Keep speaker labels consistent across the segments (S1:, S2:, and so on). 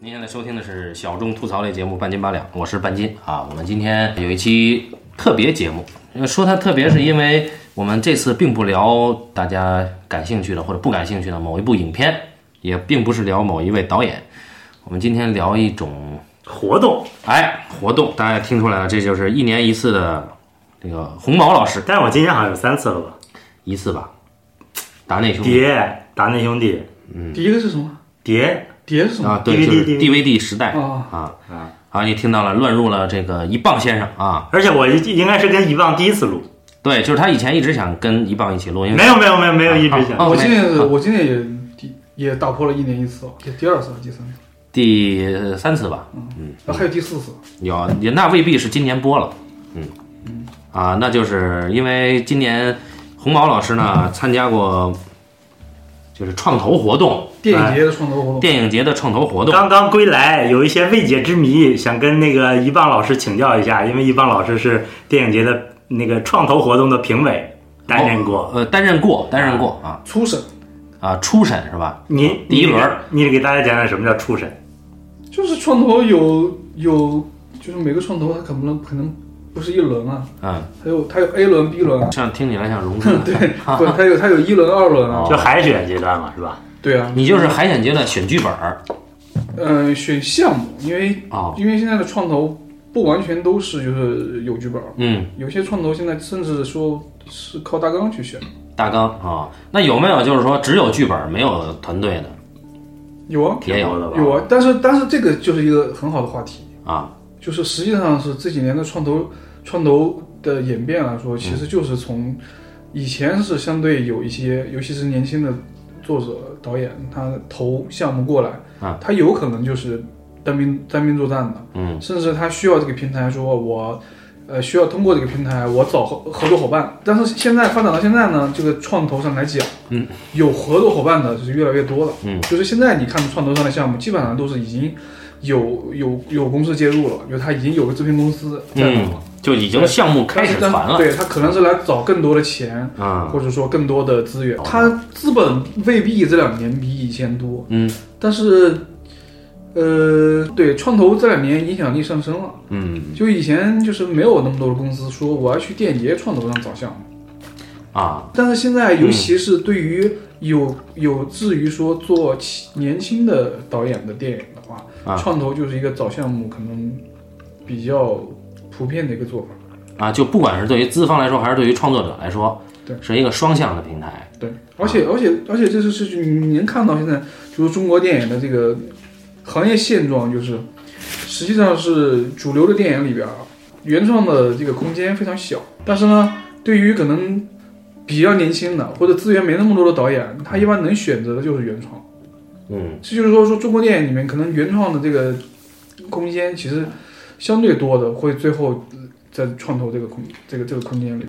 S1: 您现在收听的是小众吐槽类节目《半斤八两》，我是半斤啊。我们今天有一期特别节目，因为说它特别是因为我们这次并不聊大家感兴趣的或者不感兴趣的某一部影片，也并不是聊某一位导演，我们今天聊一种
S2: 活动。
S1: 哎活动，大家听出来了，这就是一年一次的这个红毛老师
S2: 但是我今年好像有三次了吧？
S1: 一次吧，达内兄弟
S2: 碟，达内兄弟，
S3: 第一个是什么？
S2: 碟，
S3: 碟是什
S1: 嗯啊
S3: 么？，
S1: 对，就是
S2: DVD
S1: DVD 时代
S3: 哦
S1: 啊
S2: 啊
S1: 啊，你听到了，乱入了这个一棒先生啊。
S2: 而且我应该是跟遗忘第一次录，
S1: 对，就是他以前一直想跟一棒一起录，因为
S2: 没有没有没有没有一直
S1: 啊
S2: 想，
S1: 哦
S3: 我今
S1: 没啊
S3: 年我今年也第也打破了一年一次了，也第二次了，第三次，
S1: 第三次吧，
S3: 啊还有第四次。
S1: 有也那未必是今年播了，嗯，啊，那就是因为今年红毛老师呢参加过就是创投活动，
S3: 电影节的创投活动，
S1: 电影节的创投活动，
S2: 刚刚归来，有一些未解之谜，想跟那个遗忘老师请教一下，因为遗忘老师是电影节的那个创投活动的评委，担任过。
S1: 呃，担任过，担任过啊
S3: 初审
S1: 啊，初审是吧？
S2: 您
S1: 哦第一轮
S2: 你得给，你得给大家讲讲什么叫初审。
S3: 就是创投有有，就是每个创投它可能可能不是一轮啊，
S1: 嗯，
S3: 还有它有 A 轮、B 轮啊，
S1: 像听起来像融资，
S3: 对，对，它有它有一轮、二轮啊，
S1: 哦
S2: 就海选阶段嘛，是吧？
S3: 对啊，
S1: 你就是海选阶段选剧本儿
S3: 嗯，选项目，因为
S1: 啊，
S3: 因为现在的创投不完全都是就是有剧本儿，
S1: 嗯，
S3: 有些创投现在甚至说是靠大纲去选。
S1: 大纲啊，那有没有就是说只有剧本儿没有团队的
S3: 有啊，
S1: 也有
S2: 挺多的吧？
S3: 有啊，但是但是这个就是一个很好的话题，
S1: 啊？
S3: 就是实际上是这几年的创投创投的演变来
S1: 嗯
S3: 说，其实就是从以前是相对有一些，尤其是年轻的作者导演，他投项目过来，
S1: 啊
S3: 他有可能就是单兵单兵作战的，
S1: 嗯，
S3: 甚至他需要这个平台，说我。呃，需要通过这个平台，我找合合作伙伴。但是现在发展到现在呢，这个创投上来讲，
S1: 嗯，
S3: 有合作伙伴的是越来越多了。
S1: 嗯
S3: 就是现在你看创投上的项目，基本上都是已经有有有公司介入了，就是他已经有个制片公司在那了。
S1: 就已经项目嗯开
S3: 但
S1: 始
S3: 是
S1: 谈
S3: 他
S1: 了，
S3: 对他可能是来找更多的钱，
S1: 啊，
S3: 或者说更多的
S1: 哦
S3: 资源。他资本未必这两年比以前多，
S1: 嗯
S3: 但是，呃，对创投这两年影响力上升了。
S1: 嗯
S3: 就以前就是没有那么多的公司说我要去电影节创投上找项目。
S1: 啊，
S3: 但是现在，尤其是对于有有志于说做起年轻的导演的电影的话，
S1: 啊
S3: 创投就是一个找项目可能比较普遍的一个做法。
S1: 啊，就不管是对于资方来说，还是对于创作者来说，
S3: 对
S1: 是一个双向的平台。
S3: 对，而且而且而且这是是你能看到现在就是中国电影的这个行业现状，就是实际上是主流的电影里边啊，原创的这个空间非常小，但是呢，对于可能比较年轻的或者资源没那么多的导演，他一般能选择的就是原创。
S1: 嗯
S3: 这就是说，说中国电影里面可能原创的这个空间其实相对多的，会最后呃在创投这个空这个这个空间里。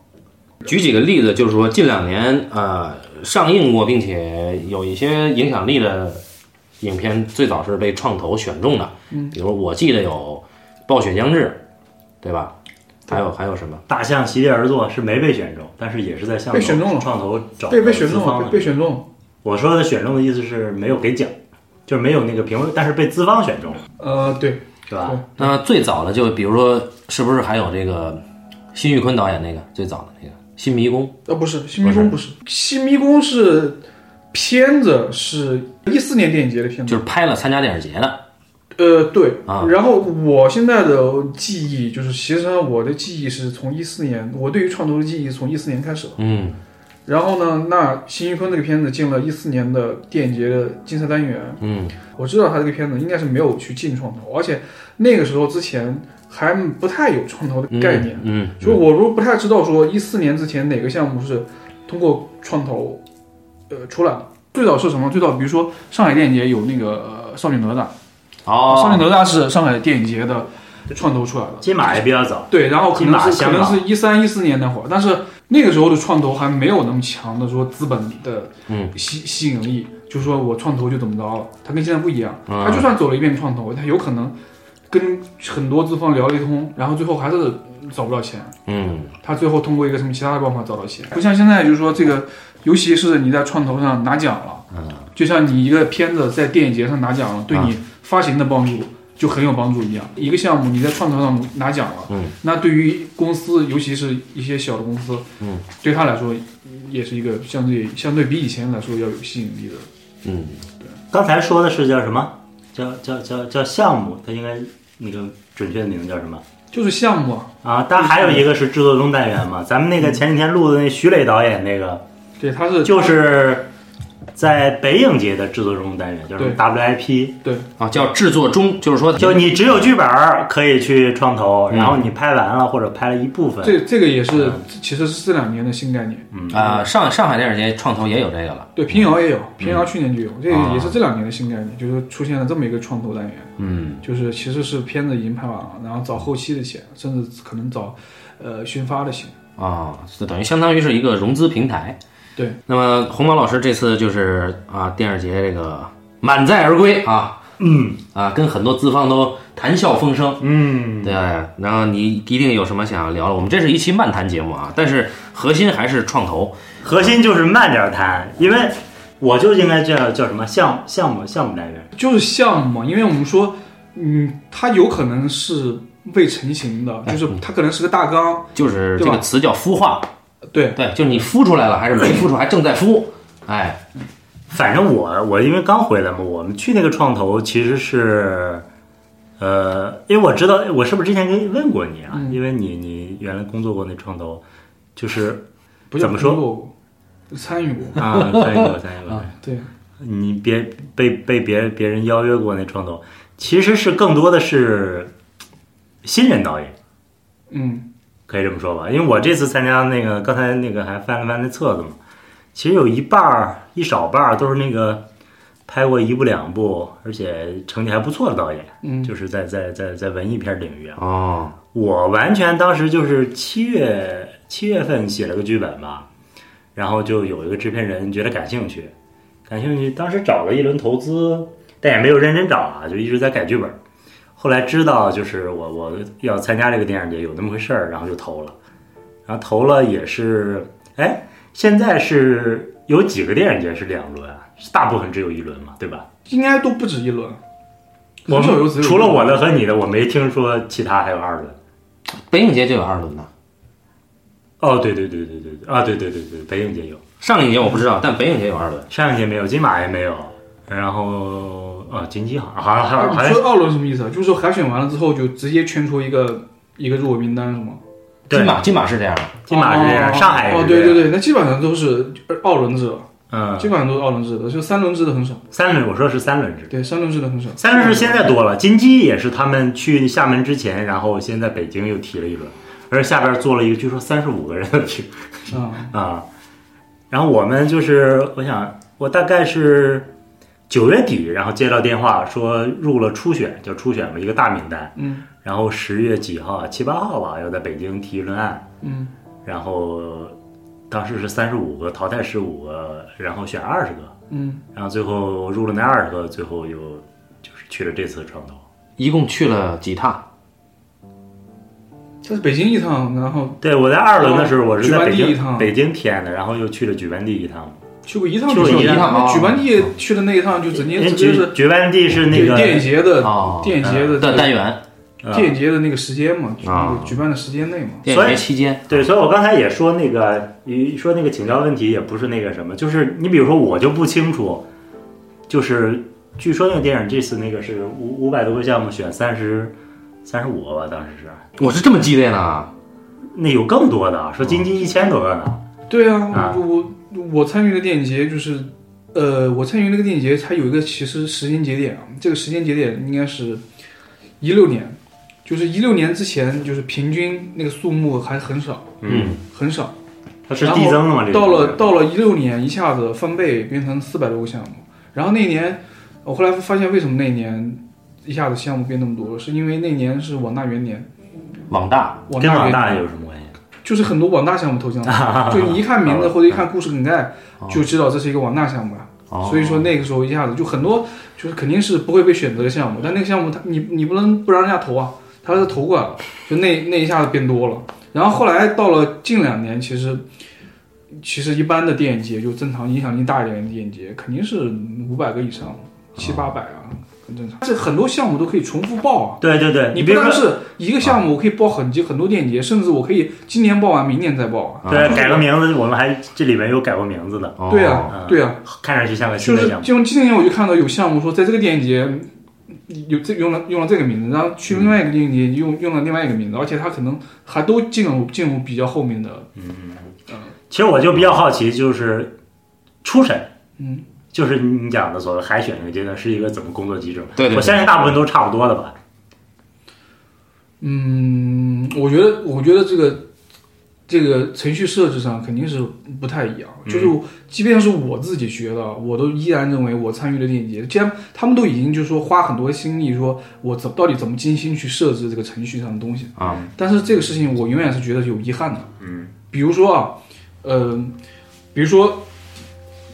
S1: 举几个例子，就是说近两年呃上映过并且有一些影响力的影片，最早是被创投选中的。
S3: 嗯，
S1: 比如我记得有《暴雪将至》，对吧？还有还有什么？
S2: 大象席地而坐是没被选中，但是也是在项目
S3: 被选中了
S2: 创投找
S3: 被被选中
S2: 资方
S3: 了，
S2: 的
S3: 被被选中了。
S2: 我说的选中的意思是没有给奖，就是没有那个评委，但是被资方选中了，
S3: 呃，对，
S2: 是吧？
S3: 对
S1: 那最早的就比如说，是不是还有这个辛玉坤导演那个最早的那个《新迷宫》？
S3: 呃，不是《新迷宫》，不是《新迷宫》是片子是一四年电影节的片子。
S1: 就是拍了参加电影节的。
S3: 呃，对。
S1: 啊
S3: 然后我现在的记忆就是，其实上我的记忆是从一四年，我对于创投的记忆是从一四年开始的。
S1: 嗯
S3: 然后呢，那辛玉坤这个片子进了一四年的电影节的竞赛单元，
S1: 嗯
S3: 我知道他这个片子应该是没有去进创投，而且那个时候之前还不太有创投的
S1: 嗯
S3: 概念。
S1: 嗯，
S3: 就我如果不太知道说一四年之前哪个项目是通过创投，呃出来的。最早是什么？最早比如说上海电影节有那个、呃、少女哪吒，
S2: 啊
S1: 哦，
S3: 少女哪吒是上海电影节的创投出来的。
S2: 金马也比较早，
S3: 对，然后可能
S2: 金马啊
S3: 是可
S2: 香港
S3: 能是一三一四年那会儿，但是那个时候的创投还没有那么强的说资本的
S1: 嗯
S3: 吸吸引力，就说我创投就怎么着了，它跟现在不一样。
S2: 啊
S1: 嗯
S3: 他就算走了一遍创投，他有可能跟很多资方聊了一通，然后最后还是找不到钱，
S1: 嗯，
S3: 他最后通过一个什么其他的办法找到钱，不像现在就是说这个，尤其是你在创投上拿奖了，
S1: 嗯，
S3: 就像你一个片子在电影节上拿奖了，对你发行的帮助就很有帮助一样。一个项目你在创投上拿奖了，
S1: 嗯，
S3: 那对于公司，尤其是一些小的公司，
S1: 嗯，
S3: 对他来说也是一个相对相对比以前来说要有吸引力的。
S1: 嗯，
S2: 刚才说的是叫什么？叫叫叫叫项目，它应该那个准确的名字叫什么？
S3: 就是项目啊，
S2: 啊，当然还有一个是制作中单元嘛，咱们那个前几天录的那徐磊导演那个，
S3: 对，他是
S2: 就是在北影节的制作中单元，就是 WIP，
S3: 对
S1: 啊，叫制作中，就是说，
S3: 嗯
S2: 就你只有剧本儿可以去创投，然后你拍完了或者拍了一部分，
S3: 这这个也是
S2: 嗯
S3: 其实是这两年的新概念。
S1: 啊、上上海电影节创投也有这个了，
S3: 对，平
S2: 嗯
S3: 遥也有，平遥去年就有，这
S1: 啊
S3: 个也是这两年的新概念，就是出现了这么一个创投单元，
S1: 嗯
S3: 就是其实是片子已经拍完了，然后找后期的钱，甚至可能找呃宣发的钱。
S1: 啊，就等于相当于是一个融资平台。
S3: 对，
S1: 那么红毛老师这次就是啊，电影节这个满载而归啊
S2: 嗯
S1: 啊，跟很多资方都谈笑风生。
S2: 嗯，
S1: 对，然后你一定有什么想要聊的？我们这是一期漫谈节目啊，但是核心还是创投。
S2: 核心就是慢点儿谈，因为我就应该叫叫什么项项目项目单元，
S3: 就是项目嘛，因为我们说，嗯，它有可能是未成型的，就是
S2: 嗯
S3: 它可能是个大纲，
S1: 就是这
S3: 对
S1: 个
S3: 吧
S1: 词叫孵化，
S3: 对，
S1: 对，就是你孵出来了还是 没孵出，还正在孵，哎，
S2: 反正我我因为刚回来嘛，我们去那个创投其实是，呃，因为我知道我是不是之前跟你问过你啊？
S3: 嗯
S2: 因为你你原来工作过那创投，就是
S3: 不叫
S2: 怎么说
S3: 工作过参与过，
S2: 啊，参与过参与过，
S3: 对，
S2: 你别被被别人别人邀约过那创投，其实是更多的是新人导演。
S3: 嗯，
S2: 可以这么说吧，因为我这次参加那个，刚才那个还翻了翻那册子嘛，其实有一半儿一少半儿都是那个拍过一部两部，而且成绩还不错的导演，
S3: 嗯
S2: 就是在在在在文艺片领域啊。
S1: 哦，
S2: 我完全当时就是七月七月份写了个剧本吧，然后就有一个制片人觉得感兴趣，感兴趣，当时找了一轮投资，但也没有认真找啊，就一直在改剧本。后来知道就是我我要参加这个电影节有那么回事儿，然后就投了，然后投了也是，哎，现在是有几个电影节是两轮啊？大部分只有一轮嘛，对吧？
S3: 应该都不止一轮，
S2: 我
S3: 很少有只有
S2: 除了
S3: 一轮啊
S2: 我的和你的，我没听说其他还有二轮。
S1: 北影节就有二轮的，
S2: 哦，对对对对对对啊，对对对对，北影节有，
S1: 上影节我不知道，但北影节有二轮。
S2: 上影节没有，金马也没有，然后啊，金鸡好像好像好像好
S3: 哦
S2: 像
S3: 你说二轮什么意思啊？就是说海选完了之后就直接圈出一个一个入围名单是吗？
S1: 金
S2: 对
S1: 马金马是这样的，
S2: 金马是这样，
S3: 哦
S2: 上海也
S3: 哦，
S2: 是
S3: 对
S2: 这
S3: 对
S2: 样，
S3: 对，那基本上都是二轮制了，基
S2: 嗯，
S3: 本上都是二轮制的，就三轮制的很少。
S2: 三轮我说是三轮制，
S3: 对，三轮制的很少。
S2: 三轮制现在多了，金鸡也是他们去厦门之前，然后先在北京又提了一轮，而下边做了一个据说三十五个人的评
S3: 啊，
S2: 啊，然后我们就是我想我大概是九月底，然后接到电话说入了初选，叫初选吧，一个大名单。
S3: 嗯
S2: 然后十月几号啊，七八号吧，要在北京提一轮案，
S3: 嗯
S2: 然后当时是三十五个淘汰十五个，然后选二十个，
S3: 嗯，
S2: 然后最后入了那二十个，最后又就是去了这次创投。
S1: 一共去了几趟？
S3: 这是北京一趟，然后
S2: 对，我在二轮的时候，我是在北
S3: 哦举办地一
S2: 京
S3: 趟
S2: 北京填的，然后又去了举办地一趟。
S3: 去过一趟
S2: 去
S3: 就
S2: 过
S3: 行，
S2: 一趟
S1: 哦
S3: 那举办地去的那一趟就直
S2: 因
S3: 接
S2: 为
S3: 直
S2: 举
S3: 接是
S2: 举办地是那
S3: 电
S2: 个
S3: 电影节的
S1: 哦
S3: 呃电影节的
S1: 的单元，
S2: 呃
S3: 电影节的那个时间嘛，
S1: 啊
S2: 哦
S3: 那个举办的时间内嘛。
S1: 电影节期间，
S2: 对，所以我刚才也说那个，你说那个请教问题也不是那个什么，就是你比如说我就不清楚，就是据说那个电影这次那个是五五百多个项目选三十三十五个吧，当时是，
S1: 我是这么激烈呢？
S2: 那有更多的，啊说金鸡一千多个呢，
S3: 对
S2: 啊
S3: 啊，我我我参与的电影节就是，呃，我参与那个电影节，它有一个其实时间节点啊，这个时间节点应该是一六年，就是一六年之前，就是平均那个数目还很少，
S1: 嗯，
S3: 很少。
S2: 它是递增的嘛，这个
S3: 到了到了一六年，一下子翻倍变成四百多个项目。然后那一年，我后来发现为什么那一年一下子项目变那么多了，是因为那年是网大元年，
S1: 网大，
S3: 啊网
S2: 跟
S3: 大
S2: 网
S3: 元
S2: 大有什么关系？
S3: 就是很多网大项目投进 来，就你一看名字或者一看故事梗概
S1: 哦，
S3: 就知道这是一个网大项目了。
S1: 哦
S3: 所以说那个时候一下子就很多，就是肯定是不会被选择的项目，但那个项目它你你不能不让人家投啊，他的头管了，就那那一下子变多了。然后后来到了近两年，其实其实一般的电影节就正常影响力大一点的电影节，肯定是五百个以
S2: 哦
S3: 上，七八百啊，很正常。这很多项目都可以重复报啊。
S2: 对对对，
S3: 你
S2: 比
S3: 不
S2: 如
S3: 单
S2: 说
S3: 是一个项目，我可以报很级很多电影节，甚至我可以今年报完，明年再报啊。
S2: 对改个名字，我们还这里面有改过名字的，
S1: 哦
S3: 对啊，
S2: 嗯
S3: 对啊，
S2: 看上去像个新
S3: 就
S2: 的
S3: 是
S2: 项目。
S3: 就今年我就看到有项目说，在这个电影节有这用了用了这个名字，然后去另外一个电影节用用了另外一个名字，而且他可能还都进入进入比较后面的，
S2: 其实我就比较好奇，就是初审，
S3: 嗯，
S2: 就是你讲的所谓海选那个阶段是一个怎么工作机制吗？
S1: 对对对
S2: 我相信大部分都差不多的吧。
S3: 嗯，我觉得我觉得这个。这个程序设置上肯定是不太一样，就是即便是我自己学的，我都依然认为我参与的电影节，既然他们都已经就是说花很多心力，说我怎到底怎么精心去设置这个程序上的东西，
S1: 啊，
S3: 但是这个事情我永远是觉得有遗憾的。
S2: 嗯，
S3: 比如说啊，呃，比如说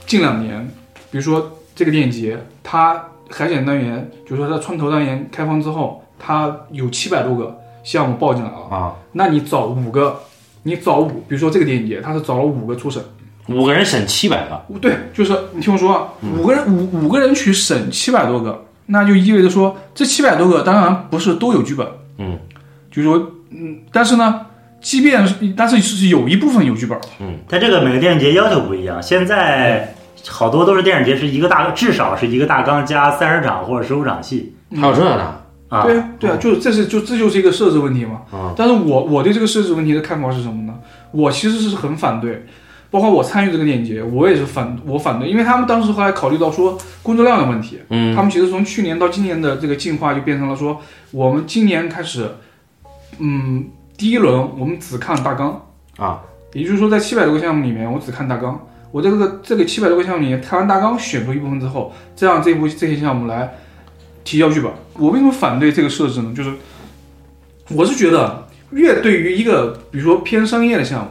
S3: 近两年，比如说这个电影节，它海选单元，就是说它创投单元开放之后，它有七百多个项目报进来了，
S1: 啊，
S3: 那你找五个，你找五，比如说这个电影节，它是找了五个初审。
S1: 五个人审七百个，
S3: 哦对，就是你听我说啊，五个人五五个人去审七百多个，那就意味着说这七百多个当然不是都有剧本，
S1: 嗯，
S3: 就是说嗯，但是呢，即便是但是是有一部分有剧本，
S2: 但这个每个电影节要求不一样，现在好多都是电影节是一个大，至少是一个大纲加三十场或者十五场戏
S3: 嗯
S1: 还有这呢，
S2: 啊。
S3: 对啊对啊，就是这是就这就是一个设置问题嘛。
S1: 啊
S3: 但是我我对这个设置问题的看法是什么呢？我其实是很反对。包括我参与这个链接，我也是反我反对，因为他们当时后来考虑到说工作量的问题，
S1: 嗯
S3: 他们其实从去年到今年的这个进化就变成了说，我们今年开始，嗯，第一轮我们只看大纲，
S1: 啊，
S3: 也就是说在七百多个项目里面，我只看大纲。我在这个这个七百多个项目里面看完大纲，选出一部分之后，再让这部这些项目来提交剧本。我为什么反对这个设置呢？就是我是觉得，越对于一个比如说偏商业的项目，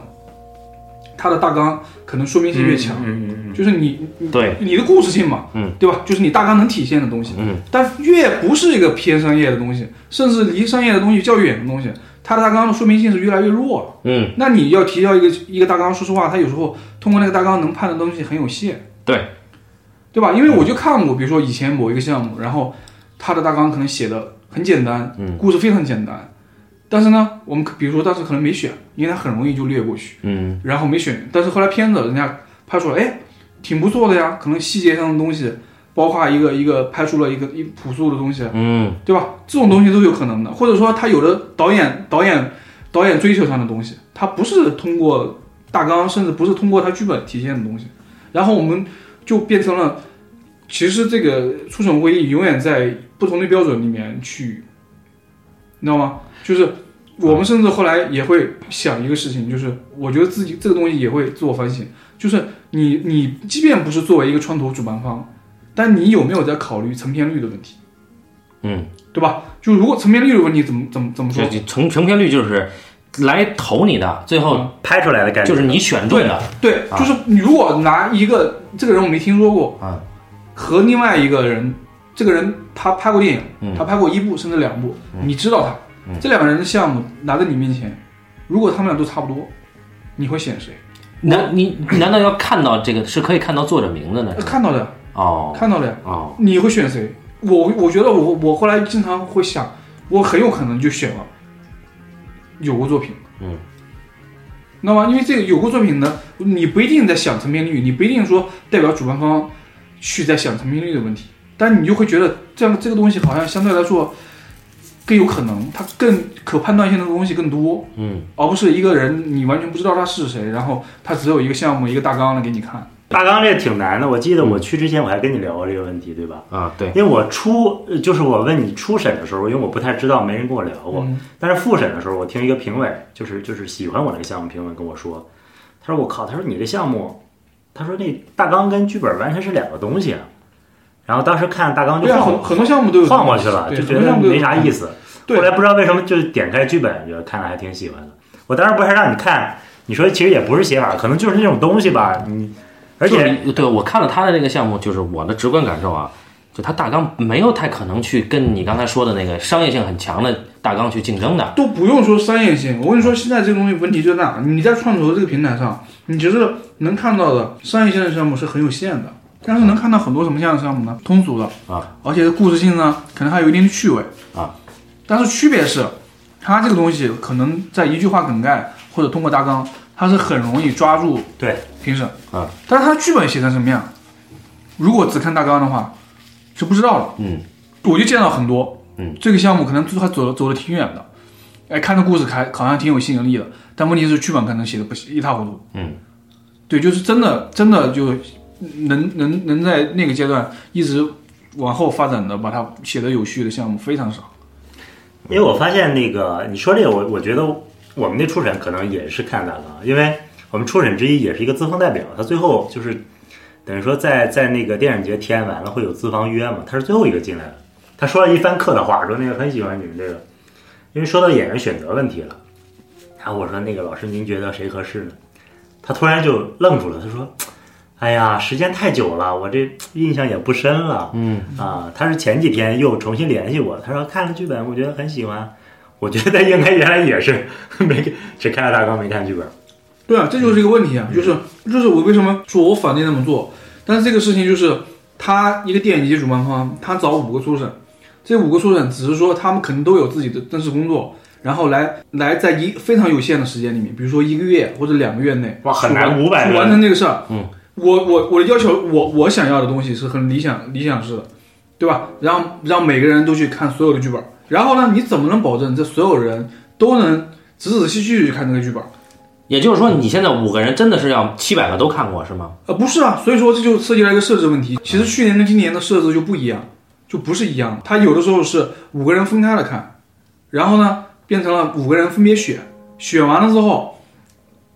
S3: 它的大纲可能说明性越强，
S2: 嗯嗯嗯
S3: 就是你
S1: 对，
S3: 你的故事性嘛，
S1: 嗯，
S3: 对吧？就是你大纲能体现的东西，
S1: 嗯，
S3: 但越不是一个偏商业的东西，甚至离商业的东西较远的东西，它的大纲的说明性是越来越弱了。
S1: 嗯，
S3: 那你要提交一个一个大纲，说实话，它有时候通过那个大纲能判的东西很有限，
S1: 对，
S3: 对吧？因为我就看过，比如说以前某一个项目，然后它的大纲可能写的很简单，
S1: 嗯
S3: 故事非常简单，但是呢，我们可比如说当时可能没选，因为它很容易就略过去。
S1: 嗯，
S3: 然后没选，但是后来片子人家拍出来，哎，挺不错的呀，可能细节上的东西，包括一个一个拍出了一个一朴素的东西，
S1: 嗯，
S3: 对吧？这种东西都有可能的，或者说他有的导演导演导演追求上的东西，他不是通过大纲，甚至不是通过他剧本体现的东西，然后我们就变成了，其实这个初审会议永远在不同的标准里面去，你知道吗？就是我们甚至后来也会想一个事情，就是我觉得自己这个东西也会自我反省，就是你你即便不是作为一个创投主办方，但你有没有在考虑成片率的问题？
S1: 嗯，
S3: 对吧？就如果成片率的问题怎么怎么怎么说
S1: 就？就成成片率就是来投你的，最后
S2: 嗯拍出来的
S3: 嗯
S2: 感觉
S1: 就是你选中的，
S3: 对，
S1: 啊
S3: 就是你如果拿一个这个人我没听说过，
S1: 啊，
S3: 和另外一个人，这个人他拍过电影，
S1: 嗯
S3: 他拍过一部甚至两部，你知道他，这两个人的项目拿在你面前，如果他们俩都差不多，你会选谁？
S1: 难你你难道要看到这个是可以看到作者名字的
S3: 呃？看到的，
S1: 哦
S3: 看到的，
S1: 哦，
S3: 你会选谁？我我觉得我我后来经常会想，我很有可能就选了有过作品，
S1: 嗯，
S3: 那么因为这个有过作品呢，你不一定在想成片率，你不一定说代表主办方去在想成片率的问题，但你就会觉得这样这个东西好像相对来说更有可能，它更可判断性的东西更多，
S1: 嗯，
S3: 而不是一个人你完全不知道他是谁，然后他只有一个项目一个大纲来给你看，
S2: 大纲这个挺难的。我记得我去之前我还跟你聊过这个问题，对吧？
S1: 啊对，
S2: 因为我初呃就是我问你初审的时候，因为我不太知道，没人跟我聊过。
S3: 嗯
S2: 但是复审的时候，我听一个评委，就是就是喜欢我那个项目评委跟我说，他说我靠，他说你这项目，他说那大纲跟剧本完全是两个东西啊。然后当时看大纲就
S3: 对啊，
S2: 晃
S3: 很很多项目都有
S2: 晃过去了，
S3: 对
S2: 就
S3: 很
S2: 觉
S3: 多
S2: 得
S3: 项目都有
S2: 没啥意思。
S3: 对
S2: 后来不知道为什么就点开剧本，觉得看了还挺喜欢的。我当时不是还让你看，你说其实也不是写法，可能就是那种东西吧。你而
S1: 就
S2: 且
S1: 是对我看了他的这个项目，就是我的直观感受啊，就他大纲没有太可能去跟你刚才说的那个商业性很强的大纲去竞争的。
S3: 都不用说商业性。我跟你说，现在这个东西问题最大。你在创投这个平台上，你其实能看到的商业性的项目是很有限的，但是能看到很多什么样的项目呢？通俗的
S1: 啊，
S3: 而且故事性呢，可能还有一定的趣味
S1: 啊。
S3: 但是区别是，它这个东西可能在一句话梗概或者通过大纲，它是很容易抓住
S2: 对，
S3: 评审
S1: 啊。
S3: 但是它剧本写成什么样，如果只看大纲的话，是不知道的。
S1: 嗯，
S3: 我就见到很多，
S1: 嗯，
S3: 这个项目可能还走走的挺远的，哎，看着故事还好像挺有吸引力的，但问题是剧本可能写的不一塌糊涂，
S1: 嗯，
S3: 对，就是真的真的就能能能在那个阶段一直往后发展的，把它写的有序的项目非常少，
S2: 因为我发现那个你说这个，我我觉得我们那初审可能也是看大纲，因为我们初审之一也是一个资方代表，他最后就是等于说在在那个电影节体验完了会有资方约嘛，他是最后一个进来的，他说了一番客套话，说那个很喜欢你们这个，因为说到演员选择问题了，然后我说那个老师您觉得谁合适呢？他突然就愣住了，他说。哎呀，时间太久了，我这印象也不深了。
S1: 嗯
S2: 啊，他是前几天又重新联系我，他说看了剧本，我觉得很喜欢。我觉得应该原来也是没给只看了大纲没看剧本。
S3: 对啊，这就是一个问题
S2: 嗯
S3: 啊，就是就是我为什么说我反对那么做，但是这个事情就是他一个电影节主办方，他找五个初审，这五个初审只是说他们可能都有自己的正式工作，然后来来在一非常有限的时间里面，比如说一个月或者两个月内，
S2: 哇很难
S3: 去完
S2: 500
S3: 去
S2: 个
S3: 完成这个事儿。
S1: 嗯，
S3: 我我我的要求，我我想要的东西是很理想理想式的，对吧？让让每个人都去看所有的剧本，然后呢，你怎么能保证这所有人都能仔仔细细地去看这个剧本？
S1: 也就是说，你现在五个人真的是要七百个都看过是吗？
S3: 呃，不是啊，所以说这就涉及到一个设置问题。其实去年跟今年的设置就不一样，就不是一样的。它有的时候是五个人分开了看，然后呢变成了五个人分别选，选完了之后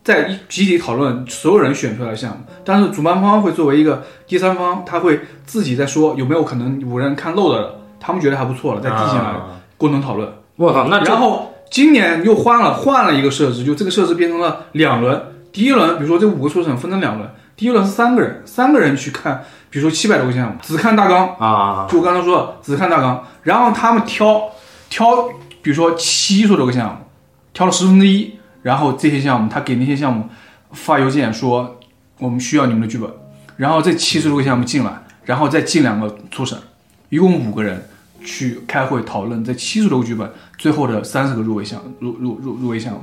S3: 再一集体讨论所有人选出来的项目。但是主办方会作为一个第三方，他会自己在说有没有可能五个人看漏的，他们觉得还不错了，再递进来
S2: 啊
S3: 共同讨论。
S1: 我靠，那这
S3: 然后今年又换了换了一个设置，就这个设置变成了两轮。第一轮，比如说这五个初审分成两轮，第一轮是三个人，三个人去看，比如说七百多个项目，只看大
S2: 嗯
S3: 纲，
S1: 啊，
S3: 就我刚才说的，只看大纲，然后他们挑挑，比如说七十多个项目，挑了十分之一，然后这些项目他给那些项目发邮件说我们需要你们的剧本，然后这七十多个项目进来，然后再进两个初审，一共五个人去开会讨论这七十多个剧本最后的三十个入围项入入入入围项目，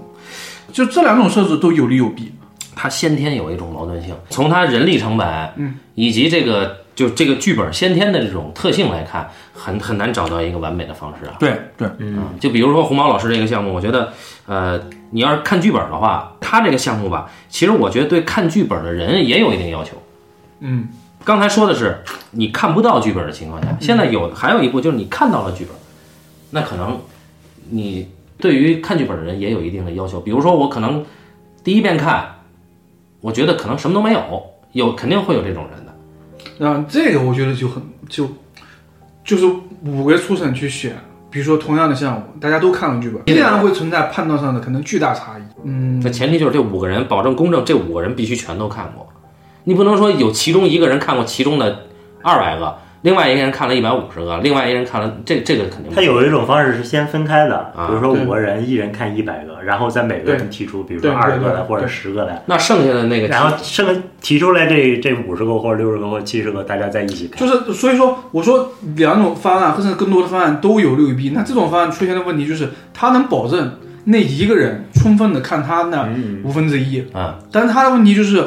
S3: 就这两种设置都有利有弊，
S1: 他先天有一种矛盾性，从他人力成本，嗯，以及这个就这个剧本先天的这种特性来看，很很难找到一个完美的方式啊。
S3: 对对，
S1: 嗯，就比如说红毛老师这个项目，我觉得，呃，你要是看剧本的话，他这个项目吧，其实我觉得对看剧本的人也有一定要求。
S3: 嗯，
S1: 刚才说的是你看不到剧本的情况下，现在有还有一步就是你看到了剧本，那可能你对于看剧本的人也有一定的要求。比如说我可能第一遍看，我觉得可能什么都没有，有肯定会有这种人的。
S3: 嗯，这个我觉得就很就就是五个初审去选，比如说同样的项目，大家都看了剧本，
S1: 嗯
S3: 依然会存在判断上的可能巨大差异。嗯，
S1: 那前提就是这五个人保证公正，这五个人必须全都看过，你不能说有其中一个人看过其中的二百个，另外一个人看了一百五十个，另外一个人看了这这个肯定不
S2: 他
S1: 行
S2: 有一种方式是先分开的，比如说
S3: 啊对
S2: 五个人，一人看一百个，然后再每个人提出，比如说
S3: 对对
S2: 二十个来
S3: 对
S2: 或者
S3: 对
S2: 十个来，
S1: 那剩下的那个
S2: 然后剩下提出来这这五十个或者六十个或七十个，大家在一起看。
S3: 就是所以说，我说两种方案或者更多的方案都有利有弊。那这种方案出现的问题就是，它能保证那一个人充分的看他
S1: 嗯
S3: 那五分之一，
S1: 啊、嗯，
S3: 但是他的问题就是，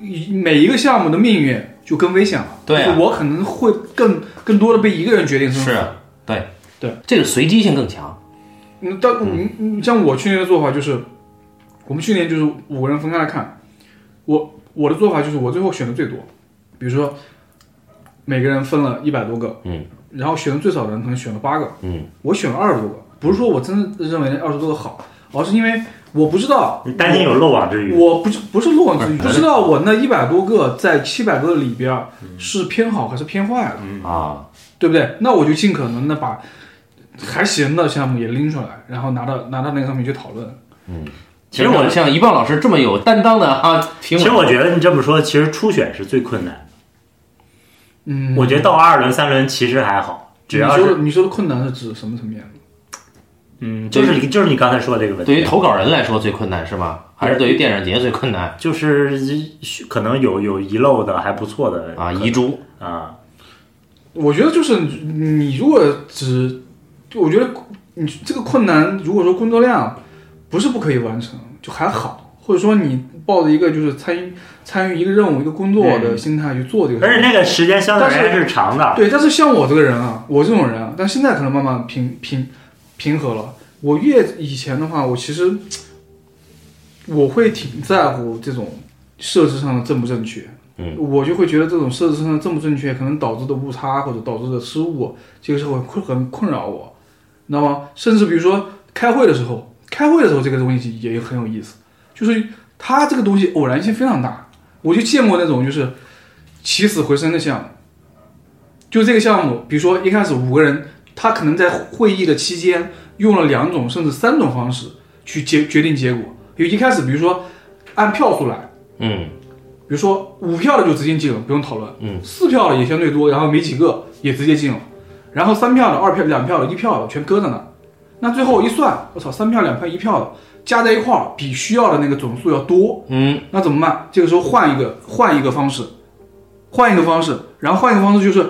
S3: 一每一个项目的命运就更危险了。
S1: 对啊
S3: 就是我可能会更更多的被一个人决定生死。
S1: 是啊对
S3: 对，
S1: 这个随机性更强。
S3: 嗯，但你你像我去年的做法就是，我们去年就是五个人分开来看，我我的做法就是我最后选的最多，比如说每个人分了一百多个，
S1: 嗯，
S3: 然后选的最少的人可能选了八个，
S1: 嗯，
S3: 我选了二十多个，不是说我真的认为那二十多个好，而是因为我不知道
S2: 你担心有漏网之鱼，
S3: 我不是不是落之
S1: 不是
S3: 鱼，不知道我那一百多个在七百个里边儿
S1: 嗯
S3: 是偏好还是偏坏了，
S1: 啊，
S3: 对不对？那我就尽可能的把还行的项目也拎出来，然后拿到拿到那个上面去讨论。
S1: 其实我像一棒老师这么有担当的啊，评
S2: 其
S1: 委
S2: 实我觉得你这么说，其实初选是最困难的。
S3: 嗯，
S2: 我觉得到二轮、三轮其实还好，只要
S3: 你说
S2: 是
S3: 的你说的困难是指什么层面？
S2: 嗯，就是你就是你刚才说的这个问题，
S1: 对于投稿人来说最困难是吗？还是对于电影节最困难
S2: 就是呃可能有有遗漏的还不错的
S1: 啊？遗珠
S2: 啊，
S3: 我觉得就是你如果只，我觉得你这个困难，如果说工作量不是不可以完成，就还好，或者说你抱着一个就是参与参与一个任务一个工作的心态去做这个事
S2: 而且
S3: 情。
S2: 那个时间相对而言是长的，
S3: 对，但是像我这个人啊，我这种人啊，但现在可能慢慢平平平和了。我越以前的话，我其实我会挺在乎这种设置上的正不正确。
S1: 嗯，
S3: 我就会觉得这种设置上的正不正确，可能导致的误差或者导致的失误，这个是会困很困扰我，你知道吗？甚至比如说开会的时候，开会的时候这个东西也很有意思，就是它这个东西偶然性非常大。我就见过那种就是起死回生的项目，就这个项目，比如说一开始五个人，他可能在会议的期间用了两种甚至三种方式去决决定结果。就一开始，比如说按票数来，
S1: 嗯
S3: 比如说五票的就直接进了，不用讨论。
S1: 嗯，
S3: 四票的也相对多，然后没几个也直接进了，然后三票的、二票、两票的、一票的全搁着呢。那最后一算，我操，三票、两票、一票的加在一块儿，比需要的那个总数要多。
S1: 嗯
S3: 那怎么办？这个时候换一个，换一个方式，换一个方式，然后换一个方式就是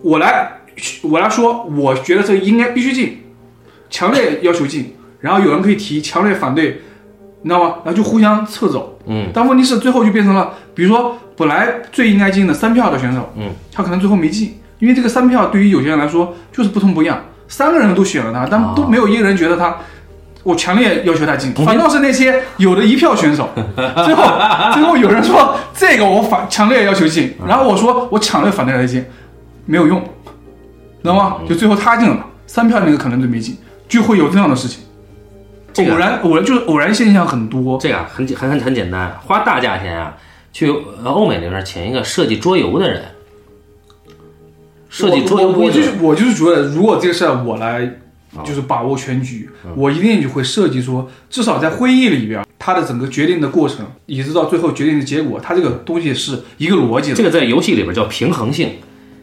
S3: 我来，我来说，我觉得这个应该必须进，强烈要求进，然后有人可以提强烈反对，你知道吗？然后就互相撤走。
S1: 嗯
S3: 但问题是最后就变成了，比如说本来最应该进的三票的选手，
S1: 嗯，
S3: 他可能最后没进，因为这个三票对于有些人来说就是不痛不痒，三个人都选了他，但
S1: 啊
S3: 都没有一个人觉得他。我强烈要求他进，反倒是那些有的一票 选手，最后最后有人说这个我反强烈要求进，
S1: 嗯
S3: 然后我说我强烈反对他进，没有用，知道
S1: 嗯
S3: 吗？就最后他进了，三票那个可能就没进，就会有这样的事情，
S1: 这个
S3: 偶然偶然就是偶然现象很多，
S1: 这个啊很简很很很简单，花大价钱啊，去呃欧美那边请一个设计桌游的人，设计桌游
S3: 我我
S1: 规
S3: 我就
S1: 则啊
S3: 是我就是觉得，如果这个事儿我来，就是把握全局，
S1: 嗯
S3: 我一定就会设计说，至少在会议里边，它的整个决定的过程，以及到最后决定的结果，它这个东西是一个逻辑的。
S1: 这个在游戏里边叫平衡性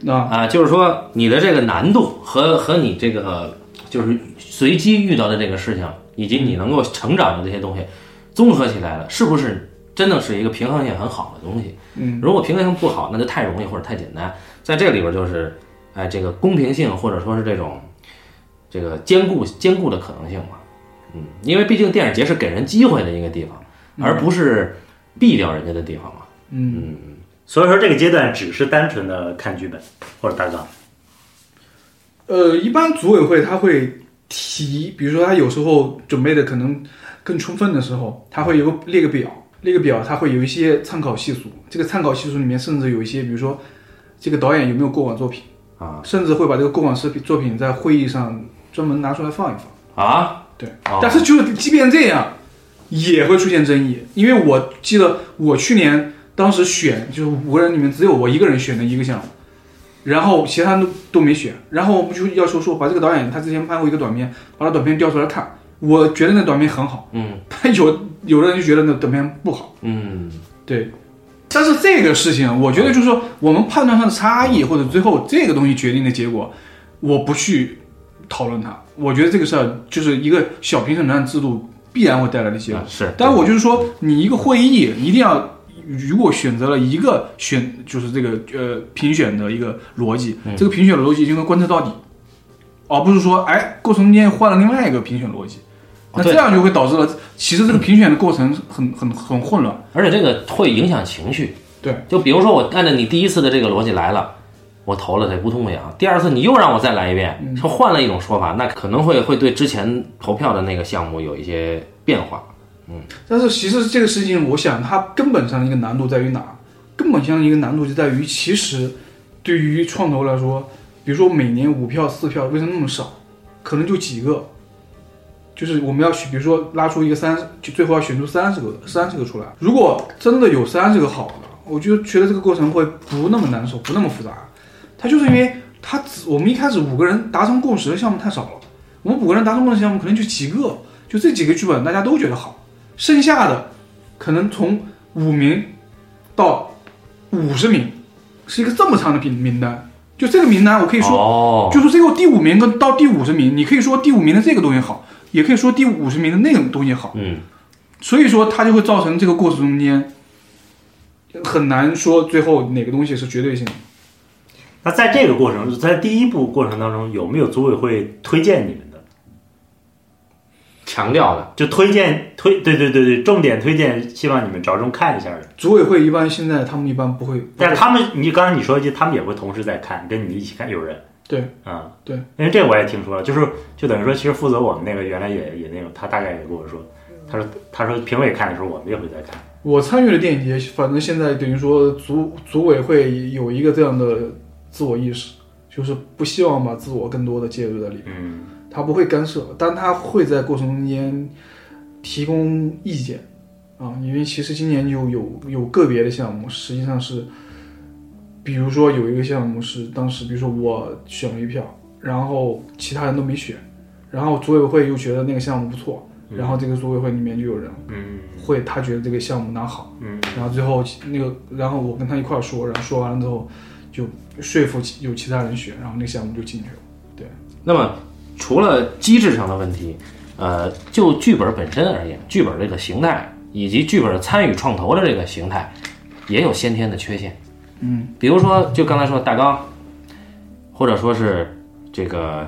S3: 啊，
S1: 啊，就是说你的这个难度和和你这个就是随机遇到的这个事情，以及你能够成长的这些东西，综合起来了，是不是真的是一个平衡性很好的东西？
S3: 嗯，
S1: 如果平衡性不好，那就太容易或者太简单。在这里边就是，哎，这个公平性或者说是这种这个兼顾兼顾的可能性嘛，嗯，因为毕竟电影节是给人机会的一个地方，而不是避掉人家的地方嘛。
S2: 所以说这个阶段只是单纯的看剧本或者大纲，
S3: 呃，一般组委会他会提，比如说他有时候准备的可能更充分的时候，他会有个列个表，列个表，他会有一些参考系数。这个参考系数里面甚至有一些，比如说这个导演有没有过往作品
S1: 啊，
S3: 甚至会把这个过往视频作品在会议上专门拿出来放一放。
S1: 啊，
S3: 对，
S1: 哦
S3: 但是就是即便这样，也会出现争议。因为我记得我去年当时选，就是五个人里面只有我一个人选的一个项目，然后其他人都都没选。然后我们就要求说，把这个导演他之前拍过一个短片，把他短片调出来看。我觉得那短片很好，
S1: 嗯
S3: 但 有有的人就觉得那短片不好。
S1: 嗯，
S3: 对，但是这个事情，我觉得就是说我们判断上的差
S1: 嗯
S3: 异，或者最后这个东西决定的结果，我不去讨论它。我觉得这个事儿就是一个小评审团制度必然会带来的结果
S1: 啊。是，
S3: 但我就是说，你一个会议一定要，如果选择了一个选，就是这个呃评选的一个逻辑，
S1: 嗯
S3: 这个评选的逻辑应该贯彻到底，而不是说哎过程中间换了另外一个评选逻辑，那
S1: 哦对
S3: 这样就会导致了，其实这个评选的过程很很很混乱。
S1: 而且这个会影响情绪。
S3: 对，
S1: 就比如说我按照你第一次的这个逻辑来了，我投了这无痛不痒，第二次你又让我再来一
S3: 嗯
S1: 遍，说换了一种说法，那可能会会对之前投票的那个项目有一些变化。
S3: 但是其实这个事情，我想它根本上的一个难度在于哪？根本上的一个难度就在于，其实对于创投来说，比如说每年五票四票，为什么那么少？可能就几个，就是我们要选，比如说拉出一个三，就最后要选出三十个三十个出来。如果真的有三十个好的，我就觉得这个过程会不那么难受，不那么复杂。它就是因为它只我们一开始五个人达成共识的项目太少了，我们五个人达成共识的项目可能就几个，就这几个剧本大家都觉得好。剩下的可能从五名到五十名，是一个这么长的名名单。就这个名单，我可以说，
S1: 哦，
S3: 就是这个第五名跟到第五十名，你可以说第五名的这个东西好，也可以说第五十名的那个东西好。
S1: 嗯，
S3: 所以说它就会造成这个过程中间很难说最后哪个东西是绝对性的。
S2: 那在这个过程，在第一步过程当中，有没有组委会推荐你们的？
S1: 强调的
S2: 就推荐推，对对对对，重点推荐，希望你们着重看一下的。
S3: 组委会一般现在他们一般不会，
S2: 但是他们，你刚才你说一句，他们也会同时在看，跟你一起看，有人。
S3: 对，
S2: 啊，
S3: 对，
S2: 因为这我也听说了，就是就等于说，其实负责我们那个原来也也那种，他大概也跟我说，他说他说评委看的时候，我们也会在看。
S3: 我参与了电影节，反正现在等于说组组委会有一个这样的自我意识，就是不希望把自我更多的介入在里面，
S2: 嗯
S3: 他不会干涉，但他会在过程中间提供意见啊，因为其实今年就有有个别的项目，实际上是，比如说有一个项目是当时，比如说我选了一票，然后其他人都没选，然后组委会又觉得那个项目不错，然后这个组委会里面就有人
S2: 嗯
S3: 会他觉得这个项目哪好。
S2: 嗯
S3: 然后最后那个，然后我跟他一块儿说，然后说完了之后，就说服其有其他人选，然后那个项目就进去了。
S1: 那么，除了机制上的问题，呃，就剧本本身而言，剧本这个形态以及剧本参与创投的这个形态，也有先天的缺陷。
S3: 嗯，
S1: 比如说，就刚才说大纲，或者说是这个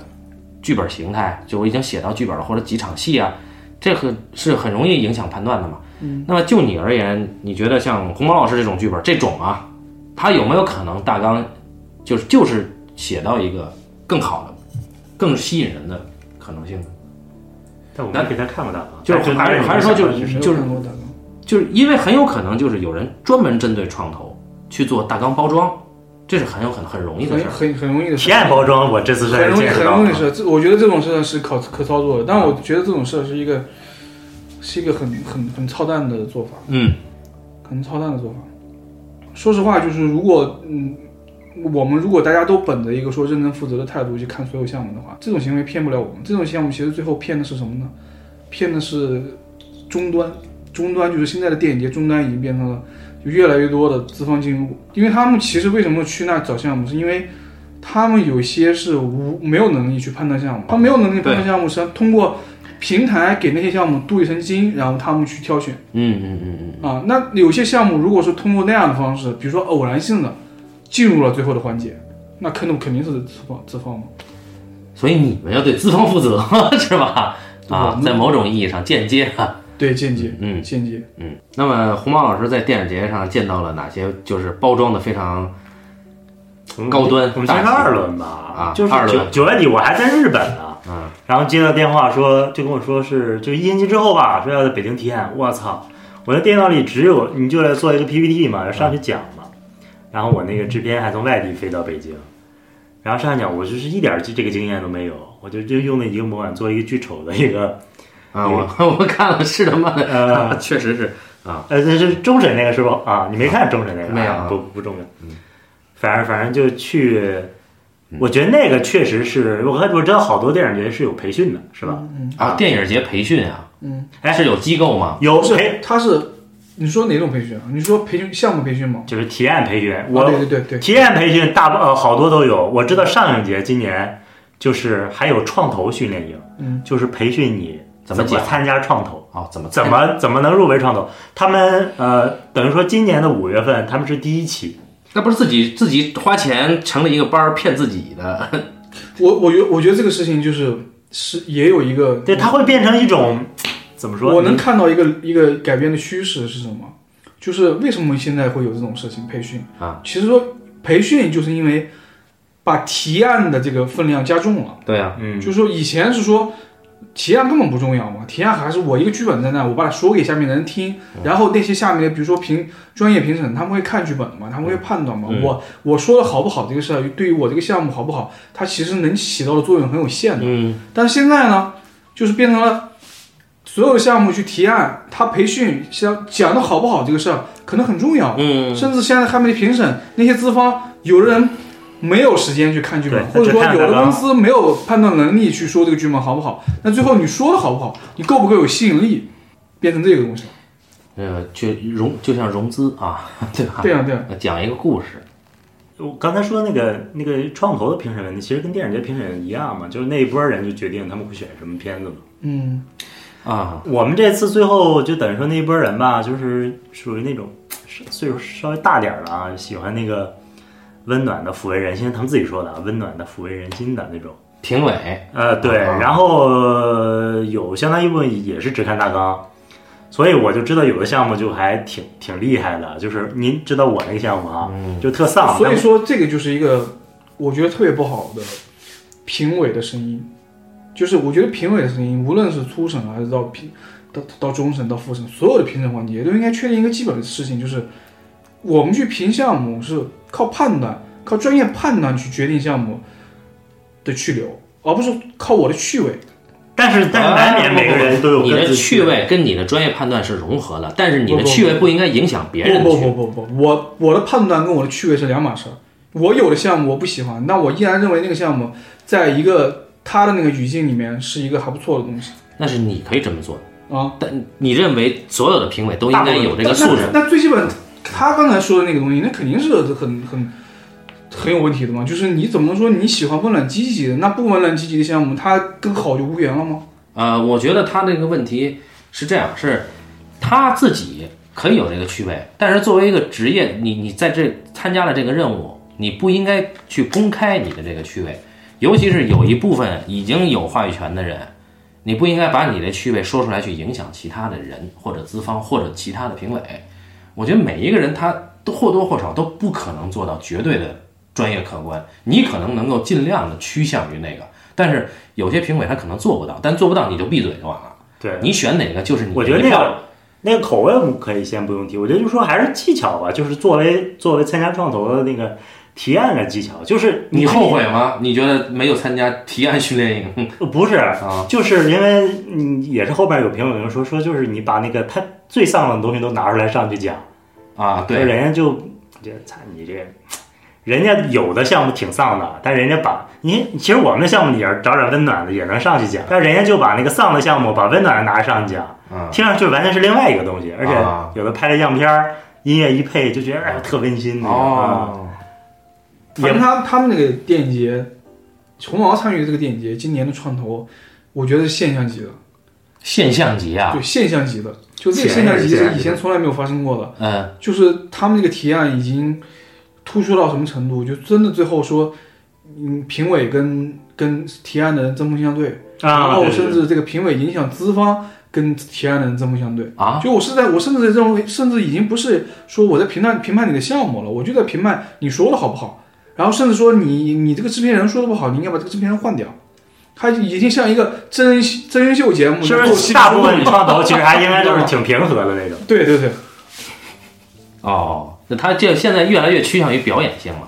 S1: 剧本形态，就我已经写到剧本了，或者几场戏啊，这很是很容易影响判断的嘛。嗯，那么就你而言，你觉得像红毛老师这种剧本，这种啊，他有没有可能大纲就是就是写到一个更好的？更吸引人的可能性呢？
S2: 但我们给他看过大纲，
S1: 就是
S2: 但
S1: 还是还是说就是
S2: 是
S3: 没有
S1: 就是
S3: 看过大纲，
S1: 就是因为很有可能就是有人专门针对创投去做大纲包装，这是很有很很容易的事
S3: 很
S1: 儿。
S3: 很很容易的事
S2: 体验包装，我这次是
S3: 很容易
S2: 见识
S3: 很
S2: 到
S3: 容易
S2: 了
S3: 的事。这我觉得这种事儿是可可操作的，但我觉得这种事儿是一个是一个很很很操蛋的做法，
S1: 嗯，
S3: 很操蛋的做法。说实话，就是如果嗯。我们如果大家都本着一个说认真负责的态度去看所有项目的话，这种行为骗不了我们。这种项目其实最后骗的是什么呢？骗的是终端，终端就是现在的电影节，终端已经变成了就越来越多的资方进入，因为他们其实为什么去那找项目，是因为他们有些是无没有能力去判断项目，他没有能力判断项目是通过平台给那些项目镀一层金，然后他们去挑选。
S1: 嗯嗯嗯嗯，
S3: 啊，那有些项目如果是通过那样的方式，比如说偶然性的进入了最后的环节，那肯定肯定是资方资方嘛。
S1: 所以你们要对资方负责 是吧？
S3: 我
S1: 啊，
S3: 们
S1: 在某种意义上间接啊。
S3: 对，间接，
S1: 嗯
S3: 间接。
S1: 嗯，那么红毛老师在电影节上见到了哪些就是包装的非常
S2: 我们
S1: 高端
S2: 嗯我们先
S1: 大
S2: 看
S1: 气
S2: 二轮吧，
S1: 啊
S2: 就是
S1: 二
S2: 九
S1: 轮
S2: 九月底我还在日本呢，
S1: 嗯，
S2: 然后接到电话说，就跟我说是就一星期之后吧，说要在北京体验，我操，我在电脑里只有你就来做一个 PPT 嘛，要上去讲嘛，然后我那个制片还从外地飞到北京，然后上去讲，我就是一点儿这个经验都没有，我就就用那一个模板做一个巨丑的一个，
S1: 啊，我 我看了是他妈的，
S2: 呃，
S1: 确实是
S2: 呃，这是终审那个是吧？啊，你没看终审那个？
S1: 没有嗯
S2: 啊不不重要。反正反正就去，我觉得那个确实是我我知道好多电影节是有培训的，是吧？
S3: 嗯
S1: 啊，电影节培训啊，
S3: 嗯，
S2: 哎
S1: 是有机构吗？
S2: 有
S3: 不是
S2: 培，
S3: 他是你说哪种培训啊？你说培训项目培训吗？
S2: 就是体验培训，
S3: 啊对
S2: 我
S3: 对对对，
S2: 体验培训大部呃好多都有。我知道上影节今年就是还有创投训练营，
S3: 嗯，
S2: 就是培训你
S1: 怎么
S2: 么
S1: 讲
S2: 参加创投。
S1: 哦，怎么
S2: 怎么怎么能入围创投？他们呃，等于说今年的五月份他们是第一期，
S1: 那不是自己自己花钱成立一个班儿骗自己的，
S3: 我我觉得我觉得这个事情就是是也有一个，
S2: 对，它会变成一种怎么说？
S3: 我能看到一个一个改变的趋势是什么？就是为什么现在会有这种事情培训
S1: 啊？
S3: 其实说培训就是因为把提案的这个分量加重了。
S1: 对啊呀、
S2: 嗯，
S3: 就是说以前是说提案根本不重要嘛，提案还是我一个剧本在那，我把它说给下面的人听，然后那些下面的比如说评专业评审，他们会看剧本嘛，他们会判断嘛，
S1: 嗯
S3: 我我说的好不好这个事儿，对于我这个项目好不好，它其实能起到的作用很有限的。
S1: 嗯，
S3: 但是现在呢，就是变成了。所有项目去提案，他培训想讲的好不好这个事儿可能很重要，
S1: 嗯
S3: 甚至现在他们的评审那些资方，有的人没有时间去看剧本，
S2: 对
S3: 或者说
S2: 他只看
S3: 有的
S2: 大纲
S3: 公司没有判断能力去说这个剧本好不好。那最后你说的好不好，你够不够有吸引力，变成这个东西了。
S1: 呃，就融就像融资啊，对吧？
S3: 对呀、对呀、
S1: 讲一个故事，
S2: 我刚才说那个那个创投的评审问题，其实跟电影节评审一样嘛，就是那一波人就决定他们会选什么片子嘛。
S3: 嗯，
S1: 啊，
S2: 我们这次最后就等于说那一波人吧，就是属于那种是岁数稍微大点儿的啊，喜欢那个温暖的抚慰人心，他们自己说的啊，温暖的抚慰人心的那种。
S1: 评委
S2: 呃，对，
S1: 啊
S2: 然后呃有相当一部分也是只看大纲，所以我就知道有的项目就还挺挺厉害的，就是您知道我那个项目啊，就特丧，
S3: 所以
S2: 但
S3: 说这个就是一个我觉得特别不好的评委的声音，就是我觉得评委的声音，无论是初审还是到评到到终审到复审，所有的评审环节都应该确定一个基本的事情，就是我们去评项目是靠判断，靠专业判断去决定项目的去留，而不是靠我的趣味。
S2: 但是但是难
S1: 啊
S2: 免每个人啊都有
S1: 你
S2: 各
S1: 的
S2: 自
S1: 趣味跟你的专业判断是融合的，但是你的趣味不应该影响别人的
S3: 不
S1: 趣
S3: 不
S1: 味。
S3: 不不不，我我的判断跟我的趣味是两码事儿。我有的项目我不喜欢，那我依然认为那个项目在一个它的那个语境里面是一个还不错的东西
S1: 那是你可以这么做，
S3: 啊。
S1: 但你认为所有的评委都应该有这个呃素质。
S3: 那那那最基本，他刚才说的那个东西，那肯定是很很很有问题的嘛。就是你怎么能说你喜欢温暖积极的，那不温暖积极的项目，它跟好就无缘了吗？
S1: 呃，我觉得他这个问题是这样，是他自己可以有这个趣味，但是作为一个职业，你你在这参加了这个任务，你不应该去公开你的这个趣味，尤其是有一部分已经有话语权的人，你不应该把你的趣味说出来去影响其他的人或者资方或者其他的评委。我觉得每一个人他都或多或少都不可能做到绝对的专业客观，你可能能够尽量的趋向于那个，但是有些评委他可能做不到，但做不到你就闭嘴就完了。
S2: 对，
S1: 你选哪个就是你的
S2: 我觉得
S1: 一
S2: 那
S1: 票
S2: 个那个口味我们可以先不用提，我觉得就说还是技巧吧，就是作为作为参加创投的那个提案的技巧，就是
S1: 你
S2: 可以
S1: 后悔吗？你觉得没有参加提案训练营？
S2: 呃不是
S1: 啊
S2: 就是因为嗯也是后边有评论说说就是你把那个他最丧的东西都拿出来上去讲，
S1: 啊，
S2: 就
S1: 对，
S2: 人家就觉得操你这。人家有的项目挺丧的，但人家把你其实我们的项目也是找点温暖的也能上去讲，但人家就把那个丧的项目把温暖的拿上去讲，
S1: 嗯，
S2: 听上去完全是另外一个东西，而
S1: 啊
S2: 且有的拍的样片儿，音乐一配就觉得哎特温馨那个啊，
S1: 哦，
S3: 反
S2: 也
S3: 正他他们那个电影节，红毛参与这个电影节，今年的创投，我觉得是现象级的。
S1: 现象级啊，
S3: 对，现象级的，就这个现
S2: 显
S3: 象
S2: 然是
S3: 级
S2: 显然
S3: 是
S2: 是
S3: 以前从来没有发生过的。
S1: 嗯，
S3: 就是他们这个提案已经突出到什么程度，就真的最后说，嗯，评委跟跟提案的人针锋相对，然
S2: 啊，
S3: 后
S2: 对
S3: 甚至这个评委影响资方跟提案的人针锋相对。
S1: 啊，
S3: 就我是在我甚至认为，甚至已经不是说我在评判评判你的项目了，我就在评判你说的好不好，然后甚至说你你这个制片人说的不好，你应该把这个制片人换掉。他已经像一个真人真人秀节目，
S2: 是不
S3: 后期
S2: 是大部分创投其实还应该都是挺平和的那种？
S3: 对对对，
S1: 哦，那他这现在越来越趋向于表演性了嘛？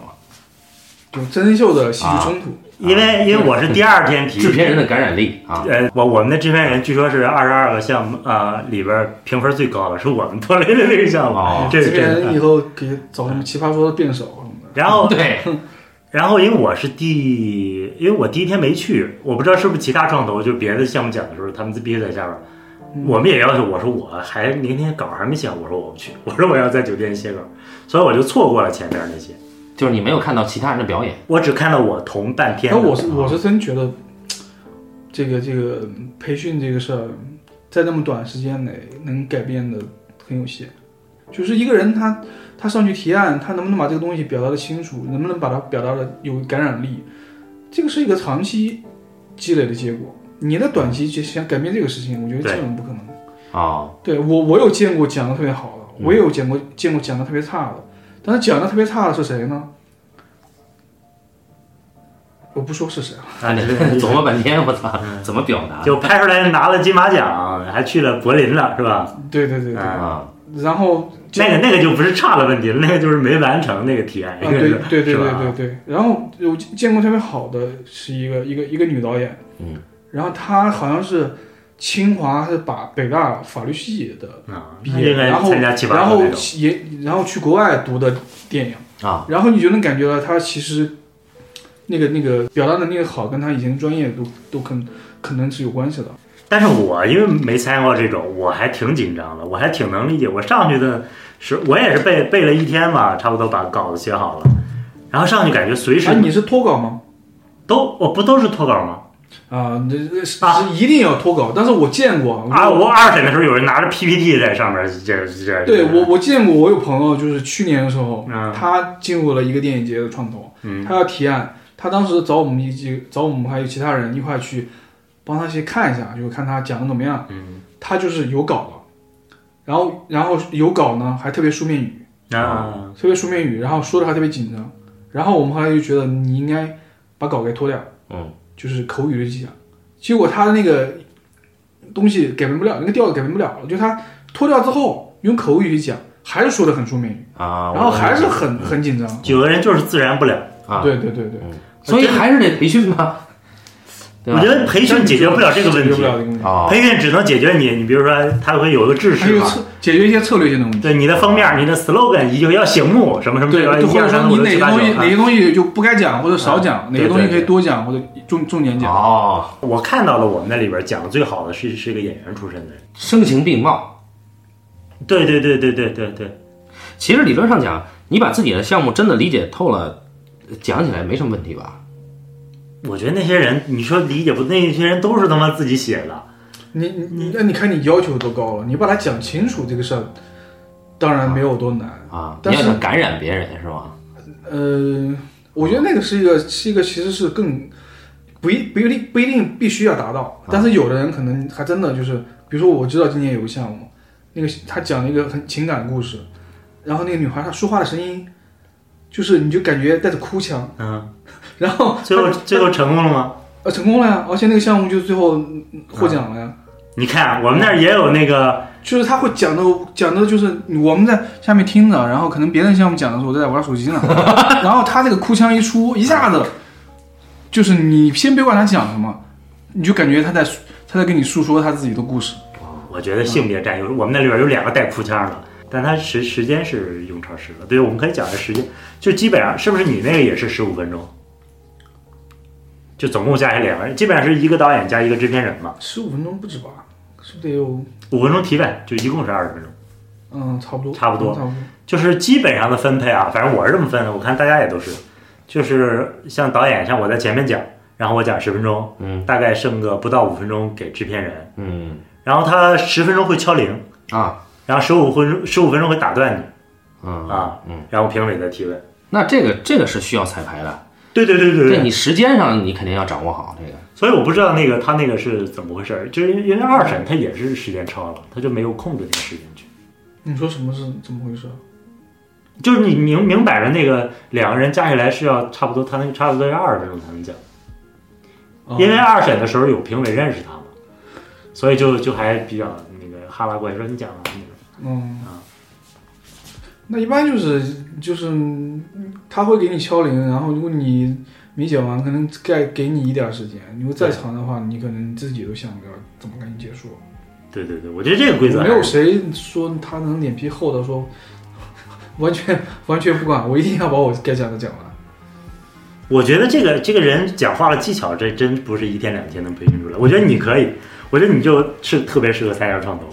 S3: 有真人秀的喜
S2: 啊
S3: 剧冲突。
S2: 因为因为我是第二天提
S1: 制片人的感染力啊，
S2: 呃，我我们的制片人据说是二十二个项目啊、里边儿评分最高的，是我们拖累的这个项目，
S1: 哦
S2: 这
S3: 制
S2: 是
S3: 片
S2: 真
S3: 啊人以
S2: 的。
S3: 后可以找什么奇葩说的辩手什么的。
S2: 然后
S1: 对，
S2: 然后因为我是第，因为我第一天没去，我不知道是不是其他创投就别的项目讲的时候，他们必须在下边儿。
S3: 嗯
S2: 我们也要求，我说我还明天稿还没写，我说我不去， 我说我要在酒店写稿，所以我就错过了前面那些，
S1: 就是你没有看到其他人的表演，
S2: 我只看到我同半天
S3: 但
S2: 的。
S3: 我是我是真觉得，这个这个培训这个事儿，在那么短时间内能改变的很有限。就是一个人他他上去提案，他能不能把这个东西表达的清楚，能不能把它表达的有感染力，这个是一个长期积累的结果。你在短期就想改变这个事情，我觉得基本不可能。
S1: 哦，
S3: 对我，我有见过讲的特别好
S2: 嗯
S3: 的，我也有见过见过讲的特别差的，但是讲的特别差的是谁呢？我不说是谁啊，
S2: 啊，对 对
S1: 琢
S2: 对
S1: 磨半天，我操，怎么表达
S2: 就拍出来拿了金马奖，还去了柏林了，是吧？
S3: 对对对对，
S2: 啊，
S1: 啊？
S3: 然后
S2: 那个那个就不是差的问题了，那个就是没完成那个提案，
S3: 啊，对对对对
S2: 是吧
S3: 对对，然后我见过特别好的是一个一个一个女导演，
S1: 嗯，
S3: 然后她好像是清华还是把北大法律系的
S2: 啊，
S3: 毕
S2: 那
S3: 业，
S2: 应该
S3: 然后
S2: 参加奇葩
S3: 然
S2: 说
S3: 后
S2: 那种。
S3: 也然后去国外读的电影。
S1: 啊，
S3: 然后你就能感觉到他其实那个那个表达能力好，跟他以前的专业都都可能可能是有关系的。
S2: 但是我因为没参加过这种，我还挺紧张的，我还挺能理解。我上去的是，我也是背背了一天吧，差不多把稿子写好了，然后上去感觉随时
S3: 哎，你是脱稿吗？
S2: 都我不都是脱稿吗？
S3: 啊，这这是一定要脱稿，但是我见过
S2: 啊，我二审的时候有人拿着 PPT 在上面这这，
S3: 对我，我见过，我有朋友就是去年的时候，
S2: 嗯
S3: 他进入了一个电影节的创投，
S2: 嗯
S3: 他要提案，他当时找我们一起，找我们还有其他人一块去帮他去看一下，就是看他讲的怎么样。
S2: 嗯
S3: 他就是有稿了，然后然后有稿呢还特别书面语，
S2: 啊
S3: 特别书面语，然后说的还特别紧张，然后我们后来就觉得你应该把稿给脱掉，
S1: 嗯，
S3: 就是口语的技巧。结果他的那个东西改变不了，那个调改变不了，就他脱掉之后用口语去讲，还是说的很书面语，
S1: 啊，
S3: 然后
S1: 我
S3: 还是很很紧张。
S2: 有的人就是自然不了，
S1: 啊，
S3: 对对对对，
S1: 所以还是得培训嘛，对
S2: 我
S1: 吧
S2: 觉？得培训解决不了这个问
S3: 解决不
S2: 题，
S3: 了这个问题，
S1: 啊，
S2: 培训只能解决你，你比如说他会有个制
S3: 还
S2: 式
S3: 有
S2: 嘛，
S3: 策解决一些策略性的问题。
S2: 对你的封面、你的 slogan 你就要醒目，什么什么
S3: 对，
S2: 这个
S3: 就
S2: 一
S3: 或者
S2: 二
S3: 说
S2: 三
S3: 你
S2: 五六
S3: 哪
S2: 七
S3: 些
S2: 八
S3: 东
S2: 九
S3: 西哪
S2: 啊。
S3: 些东西就不该讲或者少讲，哪
S2: 对
S3: 些东西
S2: 对
S3: 可以
S2: 对啊
S3: 多讲或者重重点讲。
S1: 哦，
S2: 我看到了我们那里边讲的最好的是是一个演员出身的人，
S1: 声情并茂。
S2: 对对对对对对对，
S1: 其实理论上讲，你把自己的项目真的理解透了，讲起来没什么问题吧？
S2: 我觉得那些人你说理解不，那些人都是他妈自己写的，
S3: 你你你那你看你要求多高了，你把它讲清楚这个事儿，当然没有多难。
S1: 啊，你
S3: 但
S1: 要
S3: 是
S1: 想感染别人是吧？
S3: 呃，我觉得那个是一个是一个其实是更不一不一定不一定必须要达到，
S2: 啊
S3: 但是有的人可能还真的就是，比如说我知道今年有个项目，那个他讲了一个很情感的故事，然后那个女孩她说话的声音，就是你就感觉带着哭腔，
S2: 嗯，
S3: 然后
S2: 最后
S3: 她
S2: 最后成功了吗？
S3: 呃成功了呀，而且那个项目就最后嗯获奖了呀。
S2: 你看我们那儿也有那个，
S3: 就是他会讲的，讲的就是我们在下面听着，然后可能别人项目讲的时候，我在玩手机呢。 然后他这个哭腔一出，一下子就是你先别管他讲什么，你就感觉他在他在跟你诉说他自己的故事。
S2: 我觉得性别占优势，我们那里边有两个带哭腔的，但它时时间是用超时了。对，我们可以讲的时间，就基本上是不是你那个也是十五分钟？就总共加起来两个人，基本上是一个导演加一个制片人嘛，
S3: 十五分钟不止吧？是不是得有？
S2: 五分钟题呗，就一共是二十分钟，
S3: 嗯，差不多，
S2: 差不多
S3: 嗯差不多。
S2: 就是基本上的分配啊。反正我是这么分的，我看大家也都是，就是像导演，像我在前面讲，然后我讲十分钟，
S1: 嗯
S2: 大概剩个不到五分钟给制片人，
S1: 嗯
S2: 然后他十分钟会敲铃，
S1: 啊
S2: 然后十五分钟十五分钟会打断你，
S1: 嗯
S2: 啊
S1: 嗯，
S2: 然后评委再提问。
S1: 那这个这个是需要彩排的，
S2: 对对对对
S1: 对你时间上你肯定要掌握好这个。
S2: 所以我不知道那个他那个是怎么回事儿，就是因为二审他也是时间超了，他就没有控制那个时间去。
S3: 你说什么是怎么回事？
S2: 就是你明明摆着那个两个人加起来是要差不多，他那个差不多要二十分钟才能讲，
S3: 啊
S2: 因为二审的时候有评委认识他嘛，所以就就还比较那个哈拉过去说你讲吧，你讲吧
S3: 嗯
S2: 啊，
S3: 那一般就是就是嗯他会给你敲铃，然后如果你没讲完，可能再给你一点时间。如果再长的话，你可能自己都想不了怎么跟你结束。
S2: 对对对，我觉得这个规则
S3: 没有谁说他能脸皮厚的说完全 完全不管，我一定要把我该讲的讲完。
S2: 我觉得这个这个人讲话的技巧，这真不是一天两天能培训出来。我觉得你可以，我觉得你就是特别适合参加创投，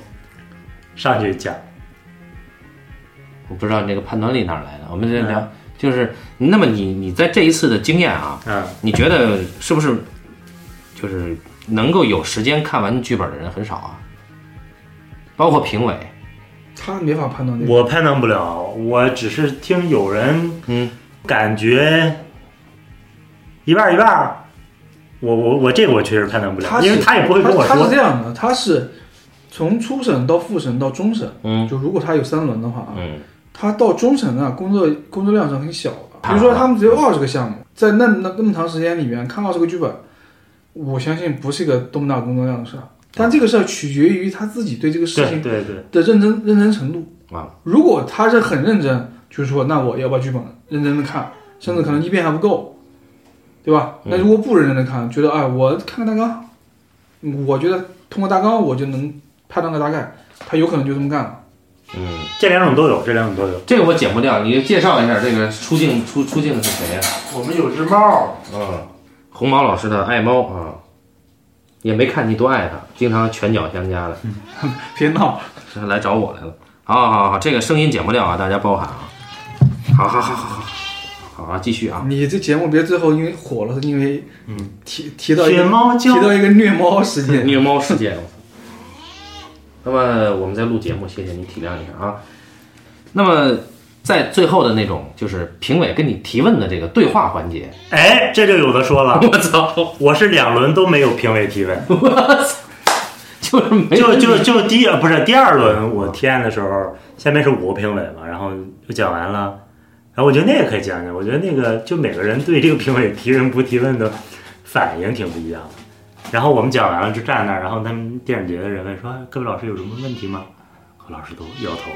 S2: 上去讲。
S1: 我不知道你这个判断力哪儿来的。我们这聊、就是，那么你你在这一次的经验啊，
S2: 嗯，
S1: 你觉得是不是就是能够有时间看完剧本的人很少啊？包括评委，
S3: 他没法判断这个。
S2: 我判断不了，我只是听有人
S1: 嗯
S2: 感觉一半儿一半儿。我我我这个我确实判断不
S3: 他
S2: 了，
S3: 是
S2: 因为他也不会跟我
S3: 他他是
S2: 说。
S3: 这样的，他是从初审到复审到终审，
S1: 嗯
S3: 就如果他有三轮的话啊，
S1: 嗯
S3: 他到中层啊，工作工作量是很小的。比如说，他们只有二十个项目，在那那那么长时间里面看二十个剧本，我相信不是一个多么大工作量的事儿。但这个事儿取决于他自己对这个事
S2: 对
S3: 情
S2: 对对，
S3: 的认真认真程度。
S1: 啊，
S3: 如果他是很认真，就是说，那我要把剧本认真的看，甚至可能一遍还不够，对吧？那如果不认真的看，觉得哎，我看看大纲，我觉得通过大纲我就能判断个大概，他有可能就这么干了。
S1: 嗯，
S2: 这两种都有，这两种都有。
S1: 这个我剪不掉，你介绍一下这个出镜出出镜的是谁呀、
S4: 我们有只猫，
S1: 嗯，红毛老师的爱猫啊，也没看你多爱它，经常拳脚相加的。
S3: 别闹，
S1: 这来找我来了。好好好，这个声音剪不掉啊，大家包涵啊。好好好好好，好啊，继续啊，
S3: 你这节目别最后因为火了，是因为
S2: 嗯
S3: 提提到一
S2: 血
S3: 个
S2: 猫
S3: 提
S2: 叫
S3: 到一个虐猫事件，
S1: 虐猫事件。 那么我们在录节目，谢谢你体谅一下啊。那么在最后的那种就是评委跟你提问的这个对话环节，
S2: 哎，这就有的说了。
S1: 我操，
S2: 我是两轮都没有评委提问，
S1: 就是没
S2: 就
S1: 人
S2: 就就第不是第二轮我体验的时候，下面是五个评委嘛，然后就讲完了，然后我觉得那个可以讲讲，我觉得那个就每个人对这个评委提人不提问的反应挺不一样的。然后我们讲完了就站那儿，然后他们电影节的人问说：“啊各位老师有什么问题吗？”和老师都摇头，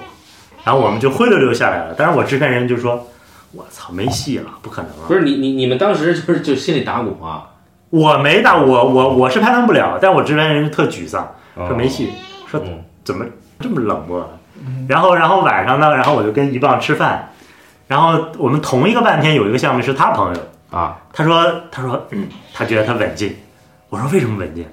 S2: 然后我们就灰溜溜下来了。但是我制片人就说：“我操，没戏了，不可能啊了。”
S1: 不是你你你们当时就是就心里打鼓啊，
S2: 我没打，我我我是判断不了，但我制片人就特沮丧，
S1: 哦
S2: 说没戏，说
S1: 嗯
S2: 怎么这么冷漠啊？然后然后晚上呢，然后我就跟一棒吃饭，然后我们同一个半天有一个项目是他朋友，
S1: 啊，
S2: 他说他说嗯，他觉得他稳进，我说为什么稳进？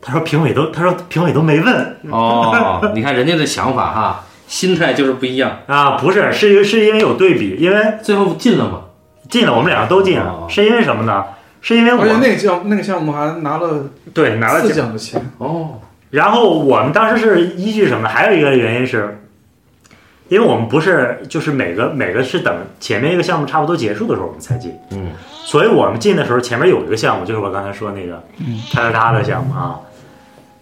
S2: 他说评委都他说评委都没问
S1: 哦，你看人家的想法哈，心态就是不一样。
S2: 啊，不是是是因为有对比，因为
S1: 最后进了吗？
S2: 进了我们两个都进了
S1: 哦，
S2: 是因为什么呢？是因为
S3: 而且
S2: 我
S3: 那个项那个项目还啊拿了
S2: 对拿了
S3: 四
S2: 奖。
S3: 奖的钱，
S1: 哦，
S2: 然后我们当时是依据什么呢？还有一个原因是，因为我们不是就是每个每个是等前面一个项目差不多结束的时候我们才进，
S1: 嗯，
S2: 所以我们进的时候前面有一个项目，就是我刚才说那个
S3: 嗯
S2: 叉叉叉的项目啊。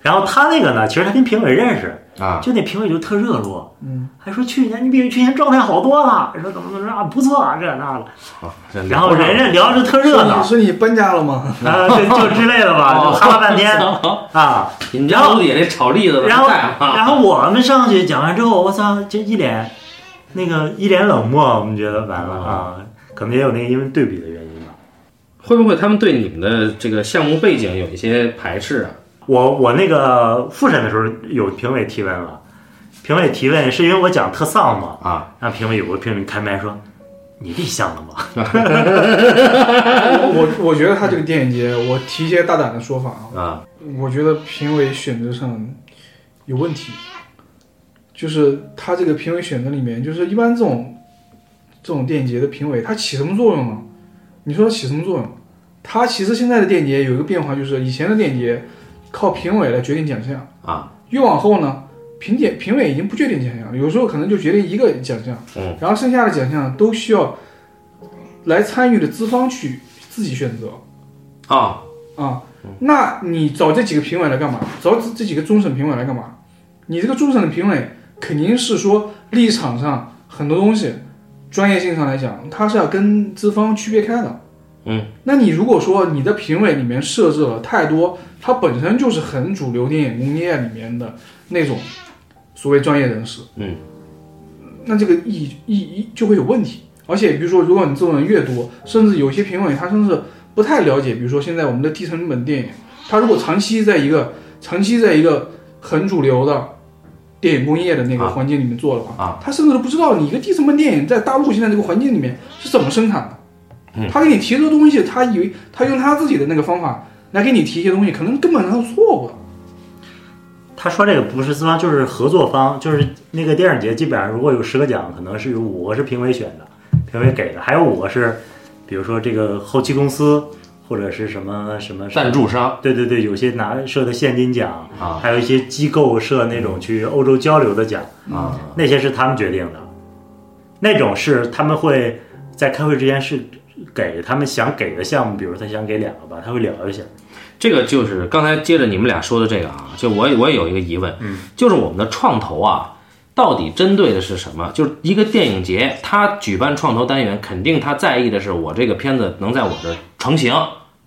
S2: 然后他那个呢，其实他跟评委认识，
S1: 啊，
S2: 就那评委就特热络，
S3: 嗯，
S2: 还说去年你比去年状态好多了，说怎么怎么着啊不错啊这那的，
S1: 好这
S2: 然后
S1: 聊上
S2: 人
S1: 了
S2: 家聊着特热闹
S3: 是你搬家了吗？
S2: 啊，对就之类的吧，就哈了半天
S1: 哦
S2: 啊。
S1: 你们家屋里那炒栗子的
S2: 然后，
S1: 在啊，
S2: 然后我们上去讲完之后，我操，这一脸那个一脸冷漠，我们觉得完了啊，可能也有那个因为对比的原因吧。
S1: 会不会他们对你们的这个项目背景有一些排斥啊？
S2: 我我那个复审的时候有评委提问了，评委提问是因为我讲特丧嘛，
S1: 啊，
S2: 然后评委有个评委开麦说：“你立项了吗
S3: 我我我觉得他这个电影节，我提一些大胆的说法啊，
S1: 啊，
S3: 我觉得评委选择上有问题，就是他这个评委选择里面，就是一般这种这种电影节的评委，他起什么作用呢？你说他起什么作用？他其实现在的电影节有一个变化，就是以前的电影节靠评委来决定奖项
S1: 啊，
S3: 越往后呢，评点评委已经不决定奖项了，有时候可能就决定一个奖项，
S1: 嗯，
S3: 然后剩下的奖项都需要来参与的资方去自己选择，
S1: 啊，
S3: 啊，那你找这几个评委来干嘛？找这这几个终审评委来干嘛？你这个终审的评委肯定是说立场上很多东西，专业性上来讲，它是要跟资方区别开的。
S1: 嗯，
S3: 那你如果说你的评委里面设置了太多，它本身就是很主流电影工业里面的那种所谓专业人士，
S1: 嗯，
S3: 那这个意义意义就会有问题。而且比如说，如果你这种人越多，甚至有些评委他甚至不太了解，比如说现在我们的低成本电影，它如果长期在一个长期在一个很主流的电影工业的那个
S1: 啊
S3: 环境里面做的话，
S1: 啊
S3: 他甚至都不知道你一个低成本电影在大陆现在这个环境里面是怎么生产的。
S1: 嗯
S3: 他给你提这个东西，他以为他用他自己的那个方法来给你提一些东西，可能根本上是错误的。？”
S2: 他说这个不是资方，就是合作方，就是那个电影节，基本上如果有十个奖，可能是有五个是评委选的，评委给的，还有五个是，比如说这个后期公司或者是什么什么什么
S1: 赞助商
S2: 对对对，有些拿设的现金奖，
S1: 啊
S2: 还有一些机构设那种去欧洲交流的奖，
S1: 啊，
S2: 那些是他们决定的。那种是他们会在开会之前是给他们想给的项目，比如他想给两个吧，他会聊一下。
S1: 这个就是刚才接着你们俩说的这个啊，就我也我也有一个疑问，
S2: 嗯，
S1: 就是我们的创投啊，到底针对的是什么？就是一个电影节，它举办创投单元，肯定他在意的是我这个片子能在我这儿成型，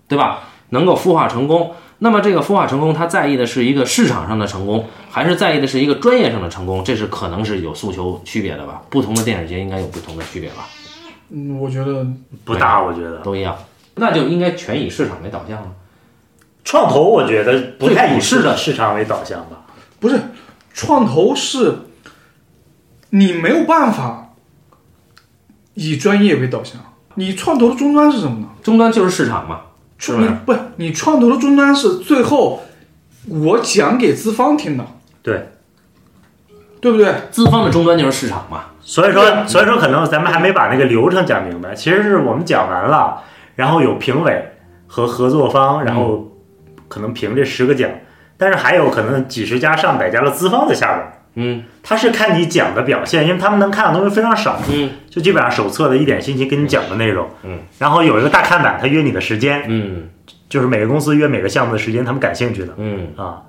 S1: 对吧？能够孵化成功。那么这个孵化成功，他在意的是一个市场上的成功，还是在意的是一个专业上的成功？这是可能是有诉求区别的吧？不同的电影节应该有不同的区别吧？
S3: 嗯，我觉得
S2: 不大，我觉得
S1: 都一样，那就应该全以市场为导向了。
S2: 创投，我觉得不太
S1: 对
S2: 以
S1: 股市
S2: 市
S1: 的
S2: 市场为导向吧。
S3: 不是创投是，你没有办法以专业为导向。你创投的终端是什么呢？
S1: 终端就是市场嘛，是
S3: 创
S1: 不
S3: 你
S1: 是
S3: 不是你创投的终端是最后我讲给资方听的，
S2: 对，
S3: 对不对？
S1: 资方的终端就是市场嘛。
S2: 所以
S1: 嗯
S2: 说，所以说可能咱们还没把那个流程讲明白。其实是我们讲完了，然后有评委和合作方，然后
S1: 嗯
S2: 可能评这十个奖，但是还有可能几十家、上百家的资方在下边。
S1: 嗯
S2: 他是看你讲的表现，因为他们能看的东西非常少，
S1: 嗯
S2: 就基本上手册的一点信息跟你讲的内容。
S1: 嗯，
S2: 然后有一个大看板，他约你的时间，
S1: 嗯
S2: 就是每个公司约每个项目的时间，他们感兴趣的
S1: 嗯
S2: 啊。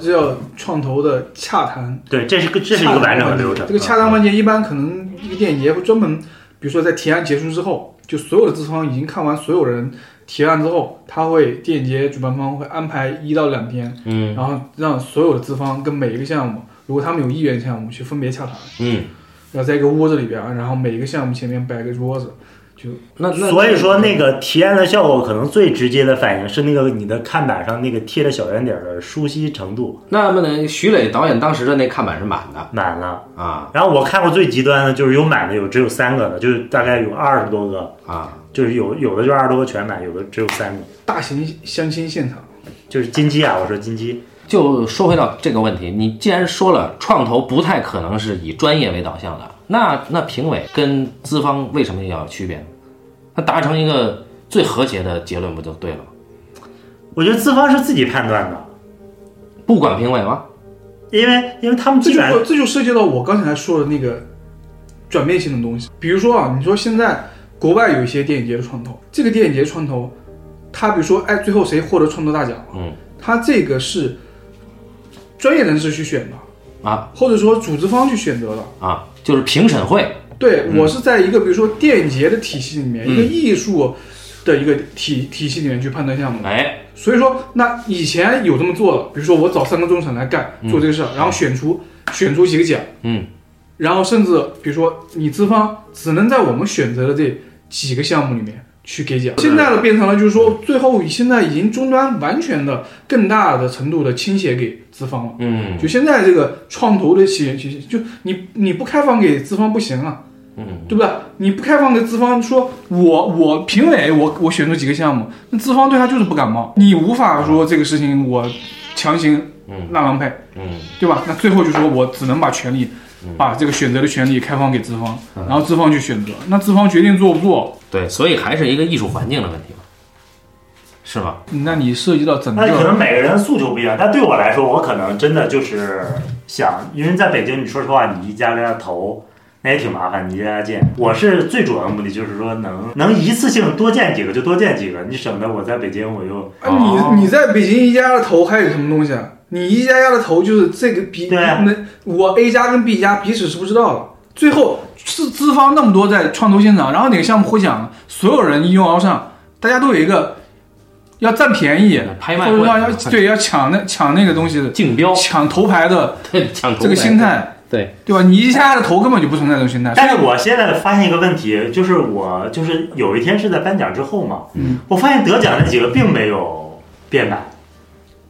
S3: 这叫创投的洽谈，
S2: 对，这是个这是一个完整的流程。啊
S3: 这个洽谈环节一般可能一个电影节会专门，比如说在提案结束之后，就所有的资方已经看完所有人提案之后，他会电影节主办方会安排一到两天，
S1: 嗯
S3: 然后让所有的资方跟每一个项目，如果他们有意愿项目去分别洽谈，
S1: 嗯，
S3: 然后在一个窝子里边儿，然后每一个项目前面摆个桌子，就
S1: 那那
S2: 所以说，那个提案的效果可能最直接的反应是那个你的看板上那个贴着小圆点儿的舒适程度
S1: 那么呢，徐磊导演当时的那看板是满的
S2: 满了。
S1: 啊
S2: 然后我看过最极端的就是有满的，有只有三个的，就是大概有二十多个，
S1: 啊，
S2: 就是有有的就二十多个全满，有的只有三个。
S3: 大型相亲现场。
S2: 就是金鸡啊，我说金鸡，
S1: 就说回到这个问题，你既然说了创投不太可能是以专业为导向的，那那评委跟资方为什么要有区别呢？那达成一个最和谐的结论不就对了吗？
S2: 我觉得资方是自己判断的，
S1: 不管评委吗？
S2: 因为因为他们
S3: 这
S2: 自
S3: 就
S2: 然
S3: 这就涉及到我刚才说的那个转变性的东西。比如说啊，你说现在国外有一些电影节的创投，这个电影节创投，他比如说哎，最后谁获得创投大奖了，
S1: 嗯，
S3: 他这个是专业人士去选的，
S1: 啊
S3: 或者说组织方去选择的。
S1: 啊，就是评审会，
S3: 对、我是在一个比如说电影节的体系里面，一个艺术的一个体体系里面去判断项目的。
S1: 哎，
S3: 所以说，那以前有这么做的，比如说我找三个中产来干做这个事儿，然后选出选出几个奖，
S1: 嗯，
S3: 然后甚至比如说你资方只能在我们选择的这几个项目里面去给奖。现在的变成了就是说，最后现在已经终端完全的更大的程度的倾斜给资方了。
S1: 嗯
S3: 就现在这个创投的企业，其实就你你不开放给资方不行啊，
S1: 嗯，
S3: 对不对？你不开放给资方说，我我评委我我选出几个项目，那资方对他就是不感冒，你无法说这个事情我强行
S1: 嗯
S3: 让让配，
S1: 嗯
S3: 对吧？那最后就说我只能把权利，把这个选择的权利开放给资方，
S1: 嗯
S3: 然后资方去选择，那资方决定做不做，
S1: 对，所以还是一个艺术环境的问题嘛，是吧？
S3: 那你涉及到整
S2: 那可
S3: 个
S2: 能每个人的诉求不一样，但对我来说，我可能真的就是想，因为在北京，你说实话，你一家家投，那也挺麻烦，你一家家建。我是最主要的目的就是说能，能一次性多建几个就多建几个，你省得我在北京我又
S1: 哦
S3: 啊，你你在北京一家的头还有什么东西啊？你一家家的头就是这个比
S2: 对啊
S3: 那我 A 家跟 B 家彼此是不知道的。最后是资方那么多在创投现场，然后哪个项目获奖了，所有人一拥而上，大家都有一个要占便宜，
S1: 拍卖
S3: 或者
S1: 会
S3: 说要对要抢那抢那个东西的，
S1: 竞标，
S3: 抢头牌的
S1: 对，抢头
S3: 这个
S1: 牌
S3: 心，态，
S1: 对，
S3: 对吧？你一家家的头根本就不存在这种心态。
S2: 但是我现在发现一个问题，就是我就是有一天是在颁奖之后嘛，
S3: 嗯，
S2: 我发现得奖那几个并没有变满，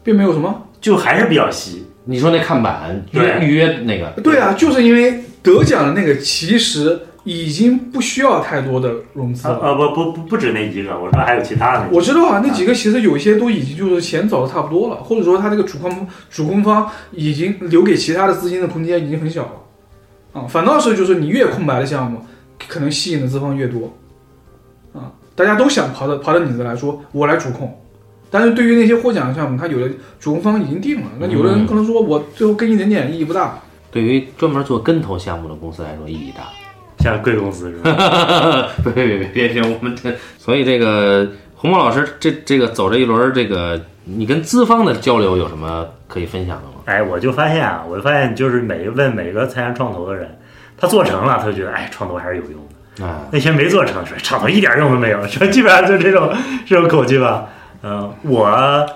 S3: 并没有什么，
S2: 就还是比较稀。
S1: 你说那看板
S2: 对
S1: 约预约那个，
S3: 对啊，就是因为得奖的那个其实已经不需要太多的融资
S2: 呃
S3: 了。
S2: 呃不不不不止那一个，我说还有其他的。
S3: 我知道啊，那几个其实有一些都已经就是钱找的差不多了，或者说他这个主控主控方已经留给其他的资金的空间已经很小了，啊、反倒是就是你越空白的项目，可能吸引的资方越多，啊、大家都想跑到跑到你这来说我来主控，但是对于那些获奖的项目，他有的主控方已经定了，那有的人可能说我最后跟一点点意义不大，
S1: 对于专门做跟投项目的公司来说意义大。
S2: 像贵公司是吧？
S1: 别别别别别，我们这所以这个洪波老师这这个走这一轮儿，这个你跟资方的交流有什么可以分享的吗？
S2: 哎，我就发现啊，我就发现就是每个问每个参加创投的人，他做成了，他就觉得哎，创投还是有用的。
S1: 啊，
S2: 那些没做成，说创投一点用都没有，说基本上就这种这种口气吧。嗯、我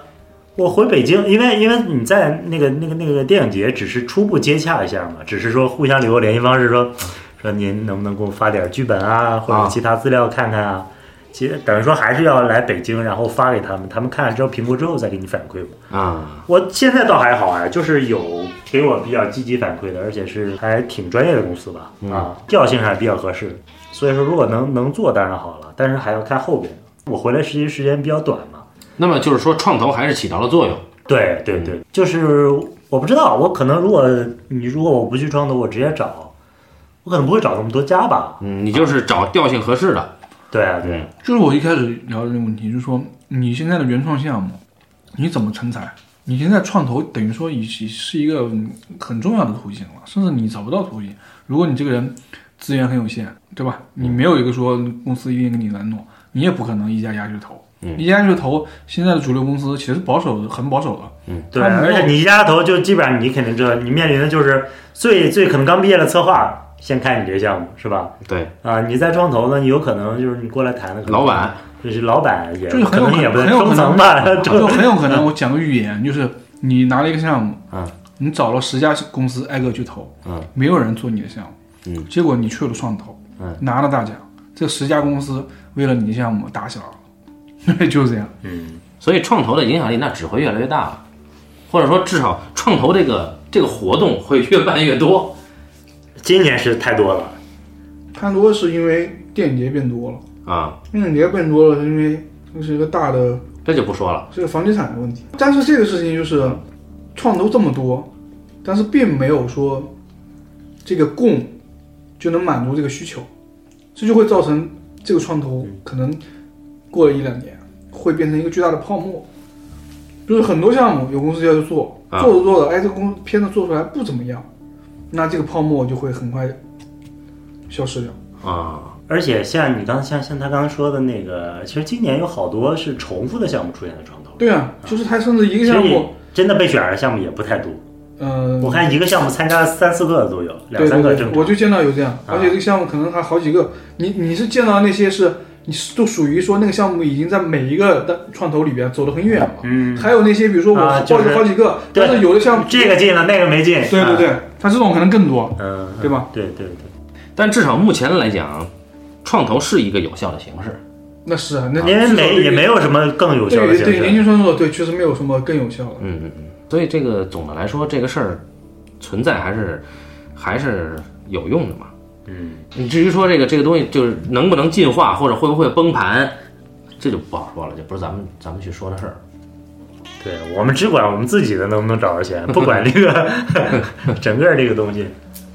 S2: 我回北京，因为因为你在那个那个那个电影节只是初步接洽一下嘛，只是说互相留个联系方式说，说您能不能给我发点剧本啊，或者
S1: 啊
S2: 其他资料看看啊。其实等于说还是要来北京，然后发给他们，他们看了之后评估之后再给你反馈吧。
S1: 啊，
S2: 我现在倒还好啊，就是有给我比较积极反馈的，而且是还挺专业的公司吧，
S1: 嗯
S2: 啊，调性还比较合适。所以说，如果能能做当然好了，但是还要看后边。我回来实习时间比较短嘛，
S1: 那么就是说创投还是起到了作用。
S2: 对对对，就是我不知道，我可能如果你如果我不去创作，我直接找，我可能不会找那么多家吧。
S1: 嗯，你就是找调性合适的，
S2: 对啊，对，
S3: 就是我一开始聊的那个问题，就是说你现在的原创项目，你怎么成才？你现在创投等于说已已是一个嗯很重要的途径了，甚至你找不到途径。如果你这个人资源很有限，对吧？你没有一个说公司一定给你来弄，你也不可能一家一家去投。
S1: 嗯
S3: 一家一家去投，现在的主流公司其实保守的，很保守的。
S2: 对，
S3: 他没
S2: 而
S3: 有
S2: 且你一家头就基本上你肯定知道，你面临的就是最最可能刚毕业的策划，先看你这个项目是吧？
S1: 对，
S2: 啊，你在创投呢，你有可能就是你过来谈的可能
S1: 老板，
S2: 就是老板也
S3: 就是很有
S2: 能也不
S3: 很有可
S2: 中
S3: 能
S2: 层吧，
S3: 就很有可能，我讲个预言，就是你拿了一个项目，
S1: 嗯，
S3: 你找了十家公司挨个去投，
S1: 嗯，
S3: 没有人做你的项目，
S1: 嗯，
S3: 结果你去了创投，
S1: 嗯，
S3: 拿了大奖，这十家公司为了你的项目打起来了， 就是这样。
S2: 嗯，
S1: 所以创投的影响力那只会越来越大了，或者说至少创投这个这个活动会越办越多。
S2: 今年是太多了，
S3: 潘多是因为电影节变多了，
S1: 啊、
S3: 电影节变多了是因为这是一个大的
S1: 这就不说了。
S3: 这个房地产的问题。但是这个事情就是，创投这么多，但是并没有说这个供就能满足这个需求，这就会造成这个创投
S2: 嗯
S3: 可能过了一两年会变成一个巨大的泡沫。就是很多项目有公司要去做，
S1: 啊
S3: 做着做着，哎，这个公片子做出来不怎么样，那这个泡沫就会很快消失掉。
S1: 啊、
S2: 而且像你刚像像他刚刚说的那个，其实今年有好多是重复的项目出现在创投，
S3: 对啊，就是它甚至一
S2: 其
S3: 个
S2: 实
S3: 项
S2: 你
S3: 目，
S2: 真的被选上的项目也不太多，
S3: 呃，
S2: 我看一个项目参加三四个都有，两
S3: 对
S2: 三
S3: 对
S2: 个
S3: 对，
S2: 正常
S3: 我。就见到有这样，
S2: 啊
S3: 而且这个项目可能还好几个。你你是见到那些是，你是都属于说那个项目已经在每一个的创投里边走得很远了。
S2: 嗯，
S3: 还有那些比如说我
S2: 啊
S3: 报
S2: 就是
S3: 了好几个，
S2: 对
S3: 但是有的项目，
S2: 这个进了，那个没进。
S3: 嗯对对
S2: 啊，
S3: 对，它这种可能更多，
S2: 嗯，
S3: 对吧？
S2: 对对对，
S1: 但至少目前来讲，创投是一个有效的形式。
S3: 那是啊，那
S2: 因为
S3: 至少对
S2: 没
S3: 于
S2: 也没有什么更有效
S3: 对
S2: 的
S3: 于
S2: 形
S3: 对于年
S2: 式。
S3: 轻创作者对确实没有什么更有效的。
S1: 嗯嗯嗯。所以这个总的来说，这个事儿存在还是还是有用的嘛。
S2: 嗯，
S1: 你至于说这个这个东西就是能不能进化，或者会不会崩盘，这就不好说了，这不是咱们咱们去说的事儿。
S2: 对我们只管我们自己的能不能找着钱，不管这 个 整个这个东西。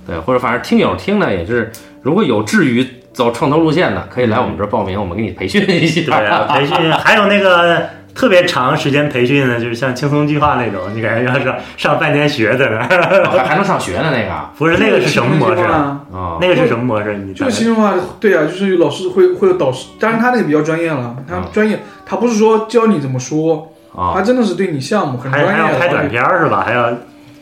S1: 对，或者反正听友听呢，也是如果有志于走创投路线的，可以来我们这儿报名，我们给你培训一
S2: 对
S1: 下。
S2: 啊，培训还有那个特别长时间培训的，就是像轻松计划那种，你感觉要上上半年学在那儿。
S1: 还还能上学呢，那 个啊、
S2: 不是那个是什么模式？啊
S1: 哦
S2: 那个是什么模式？你
S3: 就是
S2: 大概
S3: 其中啊，对啊，就是有老师会会有导师，当然他那个比较专业了，他
S2: 啊
S1: 嗯
S3: 专业，他不是说教你怎么说，他
S1: 哦
S3: 真的是对你项目很
S2: 还
S3: 专业
S2: 还
S3: 的。
S2: 要拍短片儿是吧？还要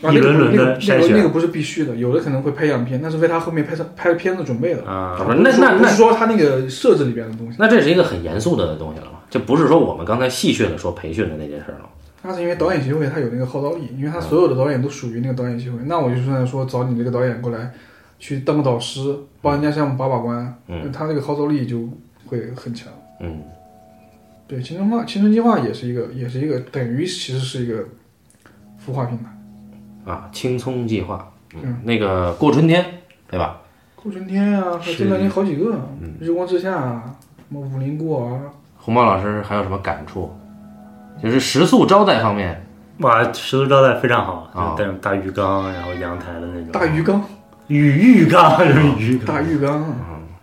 S3: 啊，
S2: 一
S3: 那个
S2: 轮
S3: 不
S2: 轮
S3: 那个
S2: 的筛
S3: 那
S2: 选
S3: 个那个不是必须的，有的可能会拍样片，那是为他后面拍成拍片子准备的。
S2: 啊，
S1: 不是那那
S3: 不是
S1: 那
S3: 说他那个设置里边的东西，
S1: 那这是一个很严肃的东西了嘛？这不是说我们刚才戏谑的说培训的那件事儿了。
S3: 那是因为导演协会他有那个号召力，因为他所有的导演都属于那个导演协会。那我就算说找你这个导演过来，去当个导师，帮人家项目把把关，
S1: 嗯
S3: 他这个号召力就会很强。
S1: 嗯，
S3: 对，青春化青春计划也是一个，也是一个等于其实是一个孵化平台。
S1: 啊，青葱计划，嗯
S3: 嗯，
S1: 那个过春天，对吧？
S3: 顾春天啊，
S2: 是嗯
S3: 还有这两年好几个，日光之下啊，什么武林孤儿啊，
S1: 红毛老师还有什么感触？就是食宿招待方面，
S2: 哇，石头招待非常好，
S1: 啊
S2: 就带大浴缸，然后阳台的那种
S3: 大鱼缸，
S2: 浴浴缸，什么浴缸？
S3: 大浴缸啊。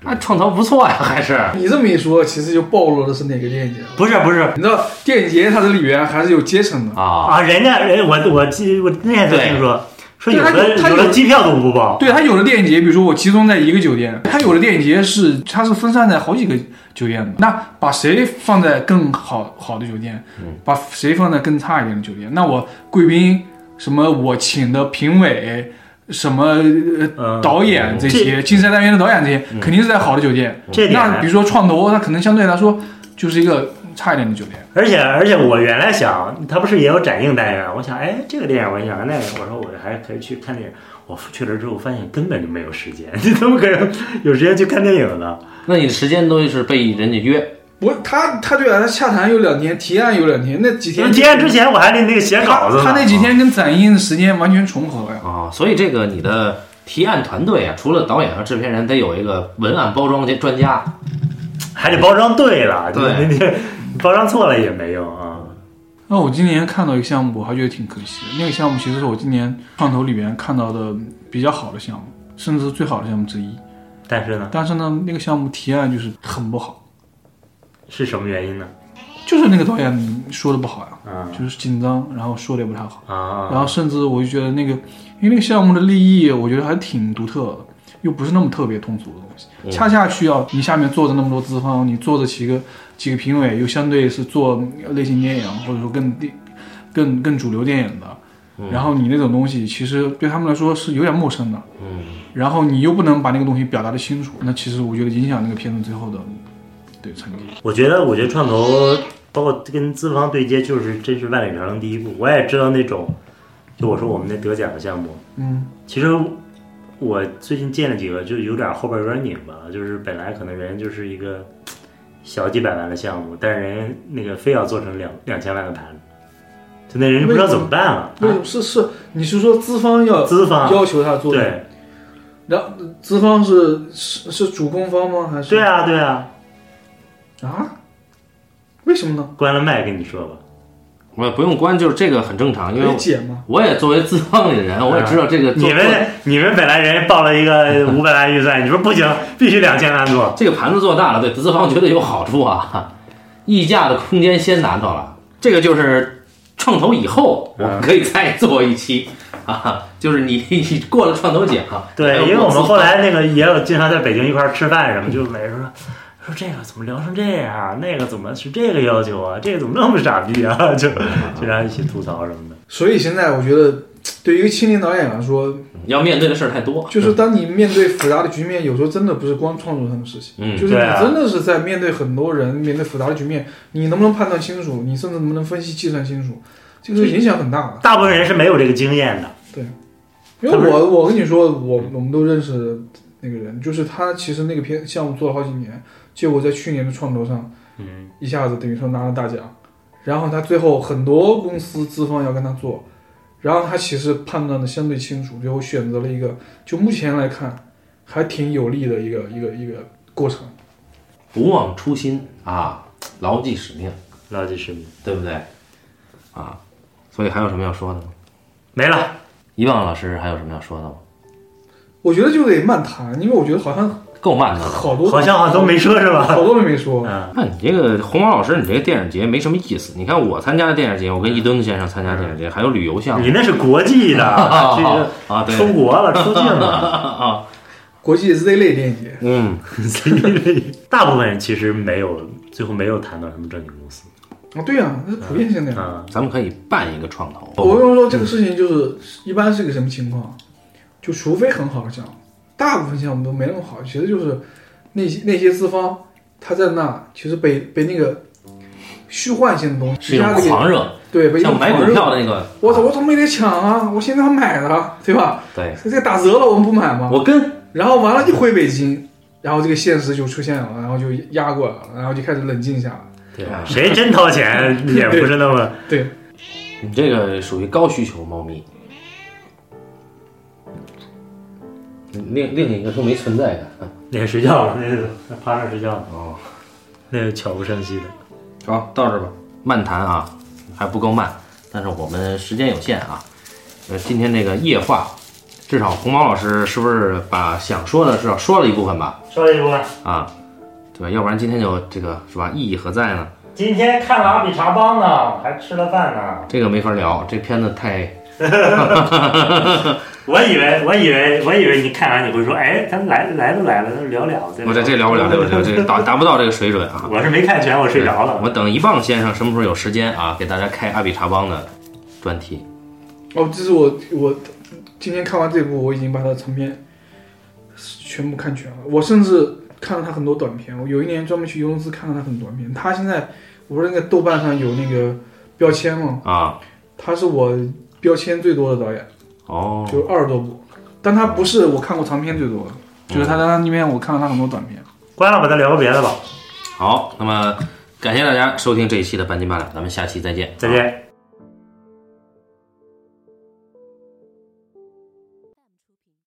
S1: 那创投不错呀， 还是
S3: 你这么一说，其实就暴露的是哪个电影节了。
S2: 不是不是
S3: 你知道电影节它这里边还是有阶层的，
S1: 啊，
S2: 啊，人家人我我记我那天才
S1: 对
S2: 听说，说
S3: 对
S2: 有
S3: 他
S2: 的
S3: 有他
S2: 有的
S3: 有
S2: 机票都不报，
S3: 对它有的电影节，比如说我集中在一个酒店，它有的电影节是它是分散在好几个酒店的。那把谁放在更好好的酒店，
S2: 嗯
S3: 把谁放在更差一点的酒店？那我贵宾什么我请的评委。什么呃
S2: 嗯
S3: 导演这些竞赛单元的导演这些，肯定是在好的酒店。
S2: 这点啊
S3: 那比如说创投，它可能相对来说就是一个差一点的酒店。
S2: 而且而且我原来想，他不是也有展映单元？我想，哎，这个电影我想那个，我说我还可以去看电影。我去了之后发现根本就没有时间， 你怎么可能有时间去看电影呢？
S1: 那你的时间都是被人家约，
S3: 不，他他对啊，他洽谈有两天，提案有两天，那几
S2: 因为
S3: 天
S2: 提案之前我还得那个写稿子呢。
S3: 他那几天跟展映的时间完全重合呀。
S1: 啊，所以这个你的提案团队啊，除了导演和制片人，得有一个文案包装这专家。
S2: 还得包装对了，
S1: 对
S2: 你你你包装错了也没用啊。
S3: 啊、那我今年看到一个项目，我还觉得挺可惜的。那个项目其实是我今年创投里边看到的比较好的项目，甚至是最好的项目之一。
S2: 但是呢，
S3: 但是呢，那个项目提案就是很不好，
S2: 是什么原因呢？
S3: 就是那个导演说的不好呀，
S2: 啊
S3: 就是紧张，然后说的也不太好。然
S2: 啊
S3: 后甚至我就觉得那个，因为那个项目的立意，我觉得还挺独特的，又不是那么特别通俗的东西。
S2: 嗯
S3: 恰恰需要你下面坐着那么多资方，你坐着几个几个评委，又相对是做类型电影或者说更地更更主流电影的，
S2: 嗯
S3: 然后你那种东西其实对他们来说是有点陌生的，
S1: 嗯，
S3: 然后你又不能把那个东西表达的清楚，那其实我觉得影响那个片子最后的对成绩。
S2: 我觉得，我觉得创投包括跟资方对接，就是真是万里长城第一步。我也知道那种，就我说我们那得奖的项目，
S3: 嗯
S2: 其实我最近见了几个，就有点后边有点拧巴了。就是本来可能人就是一个小几百万的项目，但是人家那个非要做成两两千万的盘子，就那人不知道怎么办了。啊
S3: 为什么是是你是说资方要
S2: 资方
S3: 要求他做
S2: 对
S3: 然后资方是是是主攻方吗？还是
S2: 对啊对啊，
S3: 啊？为什么呢？
S2: 关了麦跟你说吧。
S1: 我也不用关，就是这个很正常，因为
S3: 没
S1: 我
S3: 解吗？
S1: 我也作为资方里的人，我也知道这个做
S2: 哎你们你们本来人报了一个五百万预算，你说不行，必须两千万做。
S1: 这个盘子做大了，对资方绝对有好处啊， 溢价的空间先拿到了，这个就是创投以后我们可以再做一期啊， 就是你你过了创投奖，
S2: 对
S1: 还，有
S2: 因为我
S1: 公司
S2: 们后来那个也有经常在北京一块儿吃饭什么，就每人说说这个怎么聊成这样，那个怎么是这个要求啊，这个怎么那么傻逼啊，就
S1: 嗯
S2: 经常一起吐槽什么的。
S3: 所以现在我觉得，对于一个青年导演来说，
S1: 要面对的事儿太多，
S3: 就是当你面对复杂的局面，有时候真的不是光创作上的事情，
S1: 嗯
S3: 就是你
S2: 对啊
S3: 真的是在面对很多人，面对复杂的局面，你能不能判断清楚？你甚至能不能分析计算清楚？这个是影响很大的。
S2: 大部分人是没有这个经验的，
S3: 因为我我跟你说，我我们都认识那个人，就是他其实那个片项目做了好几年，结果在去年的创投上
S2: 嗯，
S3: 一下子等于说拿了大奖，然后他最后很多公司资方要跟他做，然后他其实判断的相对清楚，最后选择了一个就目前来看还挺有利的一个一个一个过程。
S1: 不忘初心啊，牢记使命，
S2: 牢记使命。
S1: 对不对？啊，所以还有什么要说的吗？
S2: 没了，
S1: 遗忘老师还有什么要说的吗？
S3: 我觉得就得慢谈，因为我觉得好像
S1: 够慢的了。
S3: 好多
S2: 好像好像都没说是吧？
S3: 好多人没说，
S2: 嗯，
S1: 那你这个红毛老师，你这个电影节没什么意思。你看我参加的电影节，我跟一吨先生参加电影节，还有旅游项目
S2: 你那是国际的，去
S1: 嗯啊，对，
S2: 出国了，出 境了。
S3: 国际 Z 类电影节，
S1: 嗯，
S2: 大部分人其实没有，最后没有谈到什么正经公司
S3: 啊，对呀、那是普遍
S1: 嗯
S3: 现象。
S2: 啊。
S1: 咱们可以办一个创投。
S3: 我跟你说，这个事情就是一般是个什么情况？就除非很好的项目，大部分项目都没那么好。其实就是那些那些资方，他在那其实被被那个虚幻性的东西
S1: 是一
S3: 一
S1: 种
S3: 下给
S1: 狂热，
S3: 对被一
S1: 像
S3: 种
S1: 买
S3: 狂
S1: 股
S3: 热
S1: 票的那个，
S3: 我操，我怎么也得抢啊！我现在要买的，对吧？
S1: 对
S3: 这打折了，我们不买吗？
S1: 我跟
S3: 然后完了，一回北京，然后这个现实就出现了，然后就压过来了，然后就开始冷静下来。
S2: 对啊，谁真掏钱也不是那么
S3: 对，
S1: 你这个属于高需求猫咪，另另一个说没存在感。
S2: 那个睡觉了，那个趴那睡觉了，
S1: 哦，
S2: 那个悄无声息的。
S1: 好，到这儿吧，漫谈啊，还不够慢，但是我们时间有限啊。呃，今天这个夜话，至少红毛老师是不是把想说的至少说了一部分吧？
S2: 说一说，
S1: 啊，对吧？要不然今天就这个是吧？意义何在呢？
S2: 今天看了阿比查邦呢，还吃了饭呢。
S1: 这个没法聊，这片子太
S2: 我以为，我以为，我以为你看完你会说，哎，咱们来来都来了，咱聊聊。再
S1: 我这这聊不了，聊不了，这个达达不到这个水准啊。
S2: 我是没看全，我睡着了。
S1: 我等一棒先生什么时候有时间啊，给大家开阿比查邦的专题。
S3: 哦，这是我我今天看完这部，我已经把它的长篇全部看全了。我甚至看了他很多短片。我有一年专门去尤伦斯看了他很多短片。他现在我不是那个豆瓣上有那个标签吗？
S1: 啊，
S3: 他是我标签最多的导演，
S1: 哦，
S3: 就二十多部，但他不是我看过长篇最多的，就是他在他那边我看了他很多短片。
S2: 关了吧，咱聊个别的吧。
S1: 好，那么感谢大家收听这一期的半斤八两，咱们下期再见，
S2: 再见。